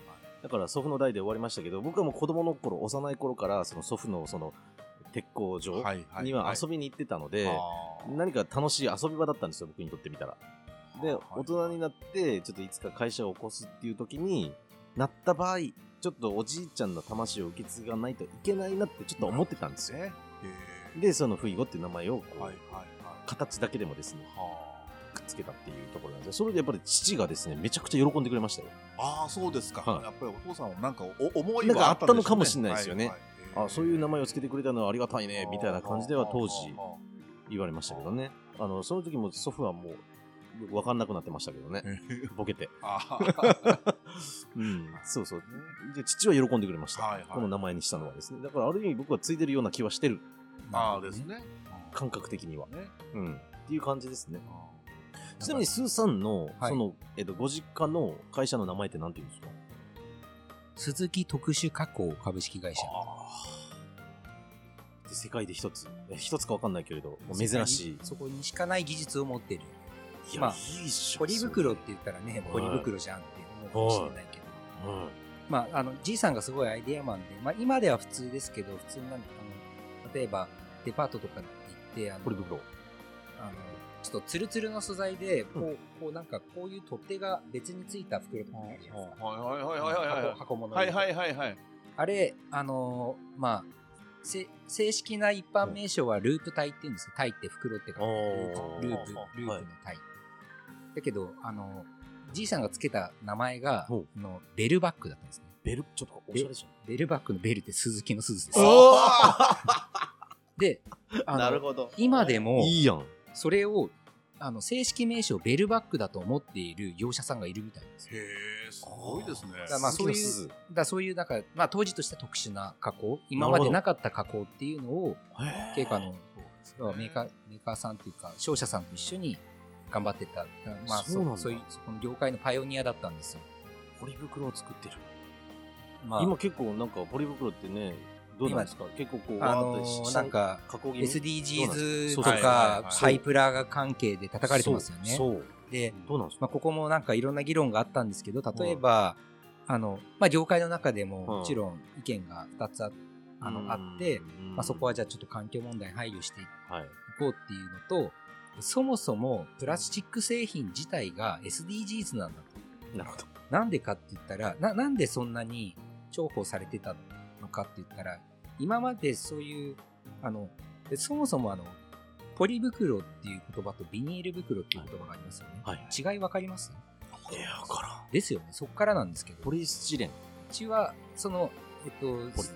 Speaker 1: だから祖父の代で終わりましたけど僕はもう子供の頃幼い頃からその祖父のその鉄工
Speaker 3: はい
Speaker 1: 場
Speaker 3: はいはいはい。
Speaker 1: には遊びに行ってたので、
Speaker 3: あー
Speaker 1: 何か楽しい遊び場だったんですよ僕にとってみたら。で、
Speaker 3: はい
Speaker 1: 大人になってちょっといつか会社を起こすっていう時になった場合ちょっとおじいちゃんの魂を受け継がないといけないなってちょっと思ってたんですよ。
Speaker 3: ね。
Speaker 1: でそのフイゴっていう名前をこう、
Speaker 3: はいはいはい。
Speaker 1: 形だけでもですね
Speaker 3: は
Speaker 1: くっつけたっていうところなんですよそれでやっぱり父がですねめちゃくちゃ喜んでくれましたよ
Speaker 3: ああー、そうですか。
Speaker 1: はい
Speaker 3: やっぱりお父さんもなんかお思い
Speaker 1: なんか
Speaker 3: が
Speaker 1: あ
Speaker 3: あ
Speaker 1: っ
Speaker 3: ったた
Speaker 1: の
Speaker 3: んでしょうね
Speaker 1: かもしれないですよね
Speaker 3: はは
Speaker 1: あそういう名
Speaker 3: 前
Speaker 1: 前を付けてくれたのはありがたいねみたいな感じでは当時言われましたけどねあのその時も祖父はもう分かんなくなってましたけ
Speaker 2: [LAUGHS]
Speaker 1: どねボケて
Speaker 3: あー
Speaker 1: うんそうそうで父は喜んでくれました、
Speaker 3: はいはい
Speaker 1: この名前にしたのはですねだからある意味僕はついてるような気はしてる [LAUGHS]
Speaker 3: あーですね。
Speaker 1: 感覚的には、
Speaker 3: ね
Speaker 1: うん、っていう感じですね
Speaker 2: んか
Speaker 1: ちなみにスーさんの、
Speaker 2: はい
Speaker 1: その、えっと、ご実家の会社の名前って何て言うんですか
Speaker 2: 鈴木特殊加工株式会社。
Speaker 1: で世界で一つえ一つか分かんないけれど珍しい
Speaker 2: そこにしかない技術を持ってる。
Speaker 1: いや
Speaker 2: まあ
Speaker 1: いいっしょ
Speaker 2: ポリ袋っ
Speaker 1: そ
Speaker 2: て言ったらね、ポリ袋じゃんって思うかもしれないけど。
Speaker 1: れうん
Speaker 2: まあ、あの、じいさんがすごいアイデアマンで、まあ、今では普通ですけど、普通なんあの、例えば、デパートとかに行って、あの、
Speaker 1: ポリ袋
Speaker 2: あの、ちょっとツルツルの素材で、こう、こうなんか、こういう取っ手が別についた袋とかあるじゃないですか。
Speaker 3: はいはい
Speaker 2: あの
Speaker 3: はいはい
Speaker 2: 箱箱物
Speaker 3: は
Speaker 2: 入
Speaker 3: い
Speaker 2: れて
Speaker 3: はいはいはい。
Speaker 2: あれ、あのーまあ、せ正式な一般名称はループ体って言うんですよ。体って袋って書いて
Speaker 1: おー
Speaker 2: ループ、ルー
Speaker 1: は
Speaker 2: プ
Speaker 1: い
Speaker 2: の体。だけど、あのーじいさんがつけた名前が、
Speaker 1: ほう
Speaker 2: あのベルバックだったんですね。
Speaker 1: ベルちょっとおしゃれじ
Speaker 2: ベルバックのベルって鈴木の鈴です
Speaker 1: ゃん
Speaker 3: お。
Speaker 2: で、あの
Speaker 1: ほど
Speaker 2: 今でも、
Speaker 1: いいやん
Speaker 2: それを、あの、正式名称ベルバックだと思っている業者さんがいるみたいなんですよ。
Speaker 3: へえ、すごいですね。
Speaker 2: だからまあそういう
Speaker 1: 鈴
Speaker 2: だからそういう、なんか、まあ当時としては特殊な加工、今までなかった加工っていうのを、
Speaker 1: 木の鈴へー
Speaker 2: 結構あの、要はメーカー、メーカーさんっていうか、商社さんと一緒に頑張ってた。まあ、
Speaker 1: そうなんだ
Speaker 2: そそういう、そこの業界のパイオニアだったんですよ。
Speaker 1: ポリ袋を作ってる
Speaker 2: まあ、
Speaker 1: 今結構なんかポリ袋ってねどうなんですか結構こう
Speaker 2: あ
Speaker 1: わーっ
Speaker 2: の
Speaker 1: とし
Speaker 2: ーなんか、
Speaker 1: 加工気味そうなんで
Speaker 2: SDGs と
Speaker 1: すそうそう
Speaker 3: はいはい
Speaker 2: か
Speaker 3: はい、
Speaker 2: ハイプラが関係で叩かれてますよね。
Speaker 1: そうそう
Speaker 2: で、
Speaker 1: どうなんです
Speaker 2: ま
Speaker 1: か
Speaker 2: あ、ここもなんかいろんな議論があったんですけど、例えば、あの、まあ、業界の中でも
Speaker 1: はい
Speaker 2: もちろん意見が2つああのあって、まあ、そこはじゃあちょっと環境問題に配慮してい
Speaker 1: ゃはい
Speaker 2: こうっていうのと、そもそもプラスチック製品自体が SDGs なんだと。
Speaker 1: なるほど
Speaker 2: なんでかって言ったら、な、なんでそんなに重宝されてたのかって言ったら、今までそういう、あの、でそもそもあの、ポリ袋っていう言葉とビニール袋っていう言葉がありますよね。
Speaker 1: はい
Speaker 2: 違いわかります
Speaker 1: いやわからん
Speaker 2: ですよね。そこからなんですけど、
Speaker 1: ポリスチレン
Speaker 2: うちは、その、えっと
Speaker 1: ポリ、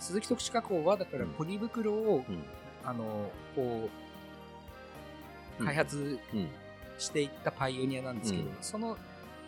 Speaker 2: 鈴木特殊加工は、だからポリ袋を、
Speaker 1: うん
Speaker 2: あの、こ
Speaker 1: う
Speaker 2: う、
Speaker 1: ん
Speaker 2: 開発
Speaker 1: うん
Speaker 2: していったパイオニアなんですけど、
Speaker 1: うん
Speaker 2: その、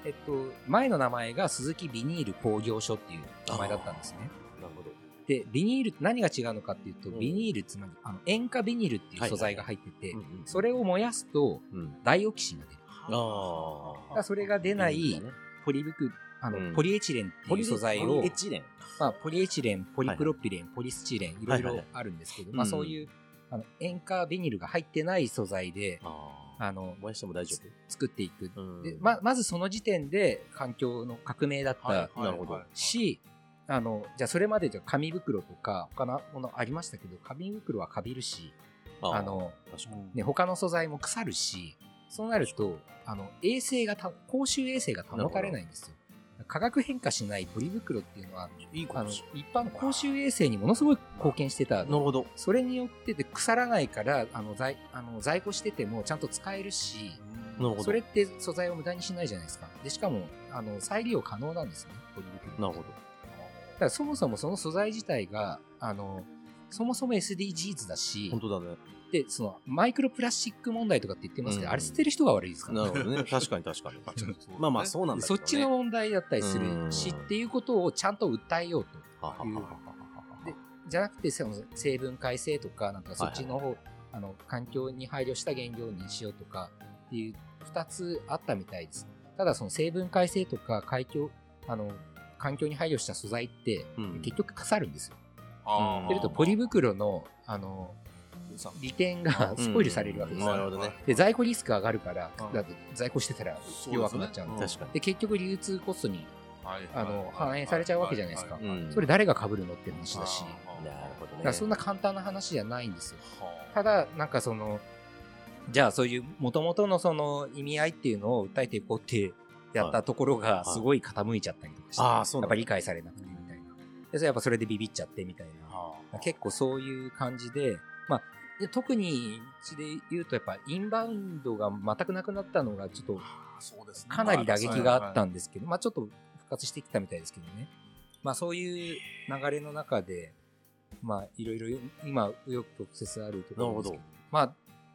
Speaker 2: えっと、前の名前が鈴木ビニール工業所っていう名前だったんですね。
Speaker 1: なるほど
Speaker 2: で、ビニールって何が違うのかっていうと、
Speaker 1: うん
Speaker 2: ビニールつまりあの塩化ビニールっていう素材が入ってて、
Speaker 1: うんうん
Speaker 2: それを燃やすと
Speaker 1: うん
Speaker 2: ダイオキシンが出る。
Speaker 1: あ
Speaker 2: だからそれが出ないポリ袋、あの、
Speaker 1: うん
Speaker 2: ポリエチレンっていう素材
Speaker 1: ポ
Speaker 2: を
Speaker 1: リエ、チレン
Speaker 2: まあ、ポリエチレン、ポリプロピレン、ポリスチレン、いろ
Speaker 1: はいいはい
Speaker 2: ろ
Speaker 1: はい
Speaker 2: あるんですけど、
Speaker 1: うん
Speaker 2: まあそういう、あの塩化ビニールが入ってない素材で、
Speaker 1: あー
Speaker 2: あの、
Speaker 1: 燃やしても大丈
Speaker 2: 作っていく
Speaker 1: 夫うん
Speaker 2: でままずその時点で環境の革命だった
Speaker 1: なるほど
Speaker 2: し、あのじゃあそれまでじゃ紙袋とか他のものありましたけど紙袋はかびるし
Speaker 1: あー
Speaker 2: あの、
Speaker 1: 確かに
Speaker 2: ね、他の素材も腐るしそうなるとあの衛生がた公衆衛生が保たれないんですよ化学変化しないポリ袋っていうのはい
Speaker 1: いこ
Speaker 2: あ
Speaker 1: と
Speaker 2: の
Speaker 1: です
Speaker 2: 一般の公衆衛生にものすごい貢献して
Speaker 1: な
Speaker 2: た
Speaker 1: るほど
Speaker 2: それによってで腐らないからあの在あの在庫しててもちゃんと使えるし、
Speaker 1: なるほど
Speaker 2: それって素材を無駄にしないじゃないですか。で、しかも、あの、再利用可能なんですね、ポリ袋。
Speaker 1: なるほど
Speaker 2: だからそもそもその素材自体が、あの、そもそも SDGs だし
Speaker 1: 本、当だね。
Speaker 2: で、その、マイクロプラスチック問題とかって言ってますけ
Speaker 1: う
Speaker 2: ど、
Speaker 1: ん
Speaker 2: あれ捨てる人が悪いですから
Speaker 1: な
Speaker 2: ね
Speaker 1: るほどね。確かに確か
Speaker 2: [LAUGHS]
Speaker 1: に。
Speaker 3: そう
Speaker 1: まあまあ、そうなんだけど
Speaker 2: そ
Speaker 1: ね。
Speaker 2: っちの問題だったりするし、
Speaker 1: うん
Speaker 2: っていうことをちゃんと訴えようと。
Speaker 1: ははははは
Speaker 2: でじゃなくて、その成分改正とか、なんかそっちの方、あの、環境に配慮した原料にしようとかっていう二つあったみたいです。ただその成分改正とか、海峡、あの、環境に配慮した素材って、
Speaker 1: うん
Speaker 2: 結局腐るんですよ。
Speaker 3: あー
Speaker 2: それとポリ袋の、あの、利点がスポイルされるわけですよ
Speaker 1: なるほどね。
Speaker 2: で、在庫リスク上がるから
Speaker 3: うん、
Speaker 2: だって在庫してたら弱くなっちゃうんで。
Speaker 1: 確か
Speaker 2: で、結局流通コストにあの反映されちゃうわけじゃないですか
Speaker 1: に。うん
Speaker 2: それ誰が被るのって話だし、だ
Speaker 1: なるほどね。
Speaker 2: からそんな簡単な話じゃないんですよ。
Speaker 3: ほ
Speaker 2: ただ、なんかその、じゃあそういう元々のその意味合いっていうのを訴えていこうってやったところが
Speaker 1: い
Speaker 2: すごい傾いちゃったりとかして、
Speaker 1: ああそう
Speaker 2: や
Speaker 1: なんだ
Speaker 2: っぱ理解されなくてみたいな。でそれやっぱそれでビビっちゃってみたいな。結構そういう感じで、まあ、で特にうちで言うとやっぱインバウンドが全くなくなったのがちょっとかなり打撃があったんですけど、まあちょっと復活してきたみたいですけどね。まあそういう流れの中で、まあいろいろ今、右翼曲折あるところですけ
Speaker 1: なるほど
Speaker 2: ど、まあ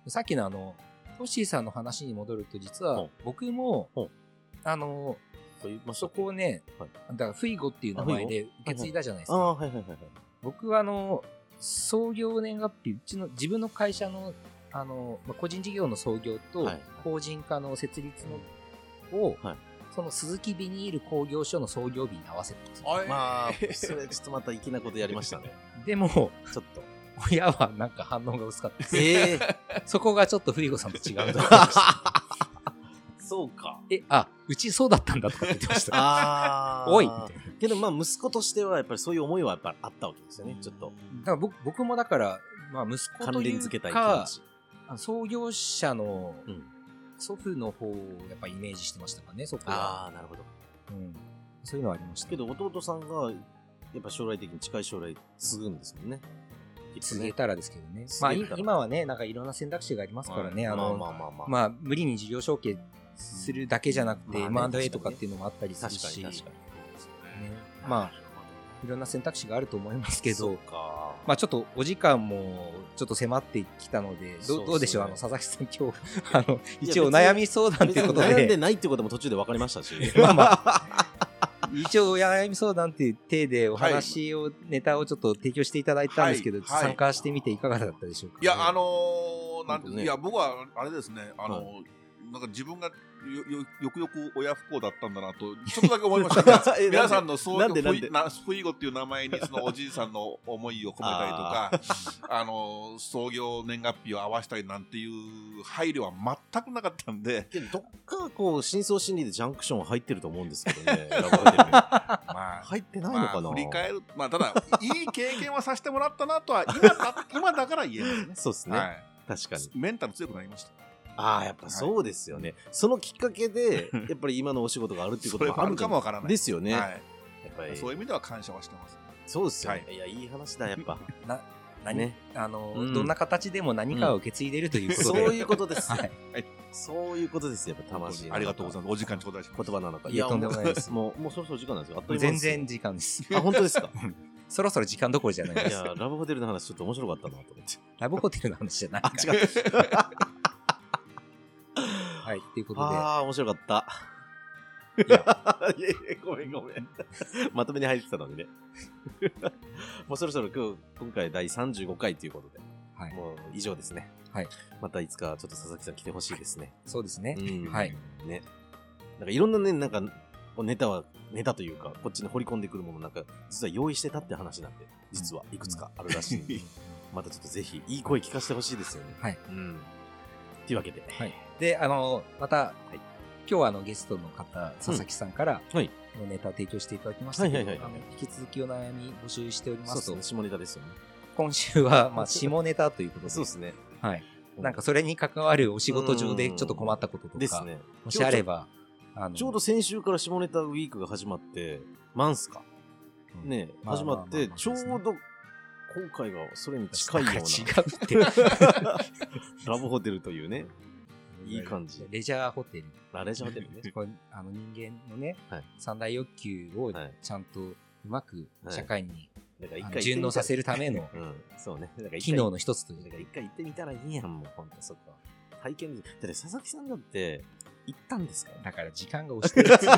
Speaker 2: さっきのあの、トッシーさんの話に戻ると、
Speaker 1: う
Speaker 2: 実は
Speaker 1: ん
Speaker 2: 僕も
Speaker 1: うん、
Speaker 2: あの、
Speaker 1: そう言いました
Speaker 2: そ
Speaker 1: っけ
Speaker 2: こをね
Speaker 1: はい、
Speaker 2: だからフイゴっていう名前で受け継いだじゃないです
Speaker 1: あ
Speaker 2: か。
Speaker 1: あ、はいはいはいはい。
Speaker 2: 僕はあの、創業年月日、うちの自分の会社の、あの、まあ個人事業の創業と
Speaker 1: はい、
Speaker 2: 法人化の設立のを、
Speaker 1: はい
Speaker 2: その鈴木ビニール工業所の創業日に合わせたんですよ
Speaker 1: まあ、それちょっとまた粋なことやりました
Speaker 2: [LAUGHS]
Speaker 1: ね。
Speaker 2: でも、
Speaker 1: ちょっと。
Speaker 2: 親はなんか反応が薄かったです。
Speaker 1: ええ。
Speaker 2: そこがちょっと冬子さんと違うと。
Speaker 1: そうか。 [LAUGHS]
Speaker 2: え、あ、うちそうだったんだとかって言ってました。
Speaker 1: ああ。
Speaker 2: おいみたいな。だか
Speaker 1: けどまあ息子としてはやっぱりそういう思いはやっぱりあったわけですよね。ちょっと
Speaker 2: ら僕僕もだから、まあ息子
Speaker 1: 関
Speaker 2: とい
Speaker 1: 連付け
Speaker 2: う
Speaker 1: たい感
Speaker 2: か、
Speaker 1: じ。
Speaker 2: あの創業者の
Speaker 1: うん
Speaker 2: 祖父の方をやっぱイメージしてましたかね、そこは。
Speaker 1: ああ、なるほど。
Speaker 2: うん、そういうのはありました
Speaker 1: け。ど弟さんがやっぱ将来的に近い将来継ぐんですもんね。きっと
Speaker 2: 続
Speaker 1: ね
Speaker 2: けたらですけどね。ま
Speaker 1: 続
Speaker 2: あ
Speaker 1: け
Speaker 2: い
Speaker 1: たら
Speaker 2: 今はね、なんかいろんな選択肢がありますからね、
Speaker 1: ま
Speaker 2: あ
Speaker 1: あ
Speaker 2: の、
Speaker 1: まあまあまあ。
Speaker 2: まあ、無理に事業承継するだけじゃなくて、
Speaker 1: まあね
Speaker 2: M&A
Speaker 1: 確かにね
Speaker 2: とかっていうのもあったりする
Speaker 1: 確か
Speaker 2: し、
Speaker 1: に確かに。
Speaker 2: ねまあ、いろんな選択肢があると思いますけ
Speaker 1: そう
Speaker 2: ど、
Speaker 1: か。
Speaker 2: まあ、ちょっとお時間もちょっと迫ってきたの
Speaker 1: そ
Speaker 2: で、
Speaker 1: うです
Speaker 2: どう
Speaker 1: ね
Speaker 2: どうでしょう、あの佐々木さん、今日あの
Speaker 1: や
Speaker 2: 一応お悩み相談ということ
Speaker 1: 悩んで
Speaker 2: で、
Speaker 1: ないってことも途中で分かりましたし。
Speaker 2: まあ
Speaker 1: [LAUGHS]
Speaker 2: ま一応お悩み相談という体で、お話を、ネタをちょっと提供していただいたんですけど、
Speaker 3: はいはい
Speaker 2: 参加してみていかがだったでしょうか。
Speaker 3: いや、あのー、なんて、
Speaker 1: ほんとね
Speaker 3: いや、僕は、あれですね、あのー
Speaker 1: は
Speaker 3: なんか自分がよよよくよく親不幸だったんだなと、ちょっとだけ思い
Speaker 1: [LAUGHS]
Speaker 3: ました、ね
Speaker 1: え。
Speaker 3: 皆さんのそう
Speaker 1: なんでなん
Speaker 3: い
Speaker 1: で
Speaker 3: う、ふいごっていう名前に、そのおじいさんの思いを込めたりとか、 [LAUGHS] あのー創業年月日を合わせたりなんていう配慮は全くなかったんで、
Speaker 1: けどどっかこう、深層心理でジャンクション入ってると思うんですけど [LAUGHS] ね。ラブホテルに
Speaker 3: まあ、
Speaker 1: 入ってないの
Speaker 3: ま
Speaker 1: か
Speaker 3: あ、
Speaker 1: な
Speaker 3: 振り返る、まあ、た [LAUGHS] だ、いい経験はさせてもらったなとは、今だ今だから言えますね。
Speaker 1: そうです
Speaker 3: は
Speaker 1: ね。
Speaker 3: い
Speaker 1: 確かに。
Speaker 3: メンタル強くなりました。
Speaker 1: ああ、やっぱそうですよね。そのきっかけ [LAUGHS] で、やっぱり今のお仕事があるっていうこと
Speaker 3: それ
Speaker 1: も
Speaker 3: は
Speaker 1: あ
Speaker 3: あ
Speaker 1: る
Speaker 3: るかもわからない。
Speaker 1: ですよね。
Speaker 3: は
Speaker 1: や
Speaker 3: い
Speaker 1: っぱり。
Speaker 3: そういう意味では感謝はしてます。
Speaker 1: そうですよね。
Speaker 3: はい
Speaker 1: いや、いい話だ、やっぱ。
Speaker 2: な何
Speaker 1: ね
Speaker 2: あの、
Speaker 1: うん
Speaker 2: どんな形でも何かを受け継いでるということ
Speaker 1: [LAUGHS] そ
Speaker 2: で、
Speaker 1: ういうことです。
Speaker 2: はい
Speaker 1: そういうことです、やっぱ魂の。
Speaker 3: ありがとうございます。お時間頂戴しま
Speaker 1: 言
Speaker 3: す。
Speaker 1: 葉なのか。
Speaker 2: いやとんでもないです
Speaker 1: もう、もうそろそろ時間なんですよ。あっという間
Speaker 2: 全
Speaker 1: ですよ
Speaker 2: 然。時間です。
Speaker 1: [LAUGHS] あ、本当ですか。
Speaker 2: そろそろ時間どころじゃないで
Speaker 1: い [LAUGHS]
Speaker 2: す
Speaker 1: や。、ラブホテルの話ちょっと面白かったなと思って。
Speaker 2: ラブホテルの話じゃない
Speaker 1: あ
Speaker 2: か、
Speaker 1: 違う。
Speaker 2: ら。はい、ということで。
Speaker 1: ああ、面白かった。
Speaker 2: いや
Speaker 1: [LAUGHS] いやいや、ごめんごめん。 [LAUGHS] まとめに入ってたのにね。 [LAUGHS] もうそろそろ今日、今回第35回ということで、
Speaker 2: はい
Speaker 1: もう以上ですね。
Speaker 2: はい
Speaker 1: またいつかちょっと佐々木さん来てほしいですね。
Speaker 2: そうですね。
Speaker 1: うん
Speaker 2: はい。
Speaker 1: ね。なんかいろんなね、なんか、こうネタは、ネタというか、こっちに掘り込んでくるものなんか、実は用意してたって話なんで、実はいくつかあるらしいんで、
Speaker 2: [LAUGHS]
Speaker 1: またちょっとぜひ、いい声聞かせてほしいですよね。
Speaker 2: はい。
Speaker 1: うん。っていうわけで。
Speaker 2: はい。で、あの、また、
Speaker 1: い
Speaker 2: 今日はあのゲストの方、佐々木さんから、
Speaker 1: はい
Speaker 2: のネタを提供していただきましたけど、
Speaker 1: はいはいはいはい
Speaker 2: あの引き続きお悩み募集しておりま
Speaker 1: そうですす
Speaker 2: と、
Speaker 1: ね、下ネタですよね。
Speaker 2: 今
Speaker 1: [LAUGHS]
Speaker 2: 週は、まあ、下ネタということで、
Speaker 1: そうですね。
Speaker 2: はい。なんかそれに関わるお仕事上で
Speaker 1: うん
Speaker 2: ちょっと困ったことと
Speaker 1: です
Speaker 2: か、
Speaker 1: ね。
Speaker 2: もしあれば、あの
Speaker 1: ちょうど先週から下ネタウィークが始まって、マンスか。ね、
Speaker 2: まあ
Speaker 1: 始まっ
Speaker 2: まあ
Speaker 1: て
Speaker 2: まあま、あ
Speaker 1: ちょうど今回はそれに近いよ
Speaker 2: だから [LAUGHS]
Speaker 1: う
Speaker 2: 違うって。
Speaker 1: な、 [LAUGHS] ラブホテルというね、いい感じ
Speaker 2: レジャーホテル。
Speaker 1: ラレジャーホテルね。
Speaker 2: [LAUGHS] これあの人間のね、
Speaker 1: はい
Speaker 2: 三大欲求を
Speaker 1: はい
Speaker 2: ちゃんとうまく
Speaker 1: はい
Speaker 2: 社会に
Speaker 1: だから一
Speaker 2: あ
Speaker 1: 回
Speaker 2: の順応させ
Speaker 1: る。
Speaker 2: るための
Speaker 1: うん、そうね。だから一
Speaker 2: 機
Speaker 1: 回
Speaker 2: 能の一つとい
Speaker 1: だ
Speaker 2: う
Speaker 1: から一回行ってみたらいいやん、もう、ほんと、そこは。体験できる。だって佐々木さんだって、行ったんですからね。
Speaker 2: だから時間が押してるん
Speaker 1: [LAUGHS]
Speaker 2: ですよ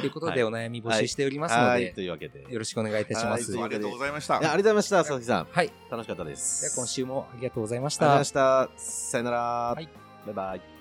Speaker 2: ということでお悩み募集しておりますので、
Speaker 1: はい、というわけで。
Speaker 2: よろしくお願いいたしま
Speaker 1: はいと
Speaker 2: す。
Speaker 1: いう
Speaker 3: あ
Speaker 1: わ
Speaker 2: は
Speaker 1: け
Speaker 2: い、
Speaker 1: で
Speaker 3: りがとうございました
Speaker 1: いやありがとうございました、佐々木さん。
Speaker 2: はい、
Speaker 1: 楽しかったです。
Speaker 2: では今週もありがとうございまし
Speaker 1: ありがとうござい
Speaker 2: た
Speaker 1: ま。した。さよなら。
Speaker 2: はい
Speaker 1: バイバイ。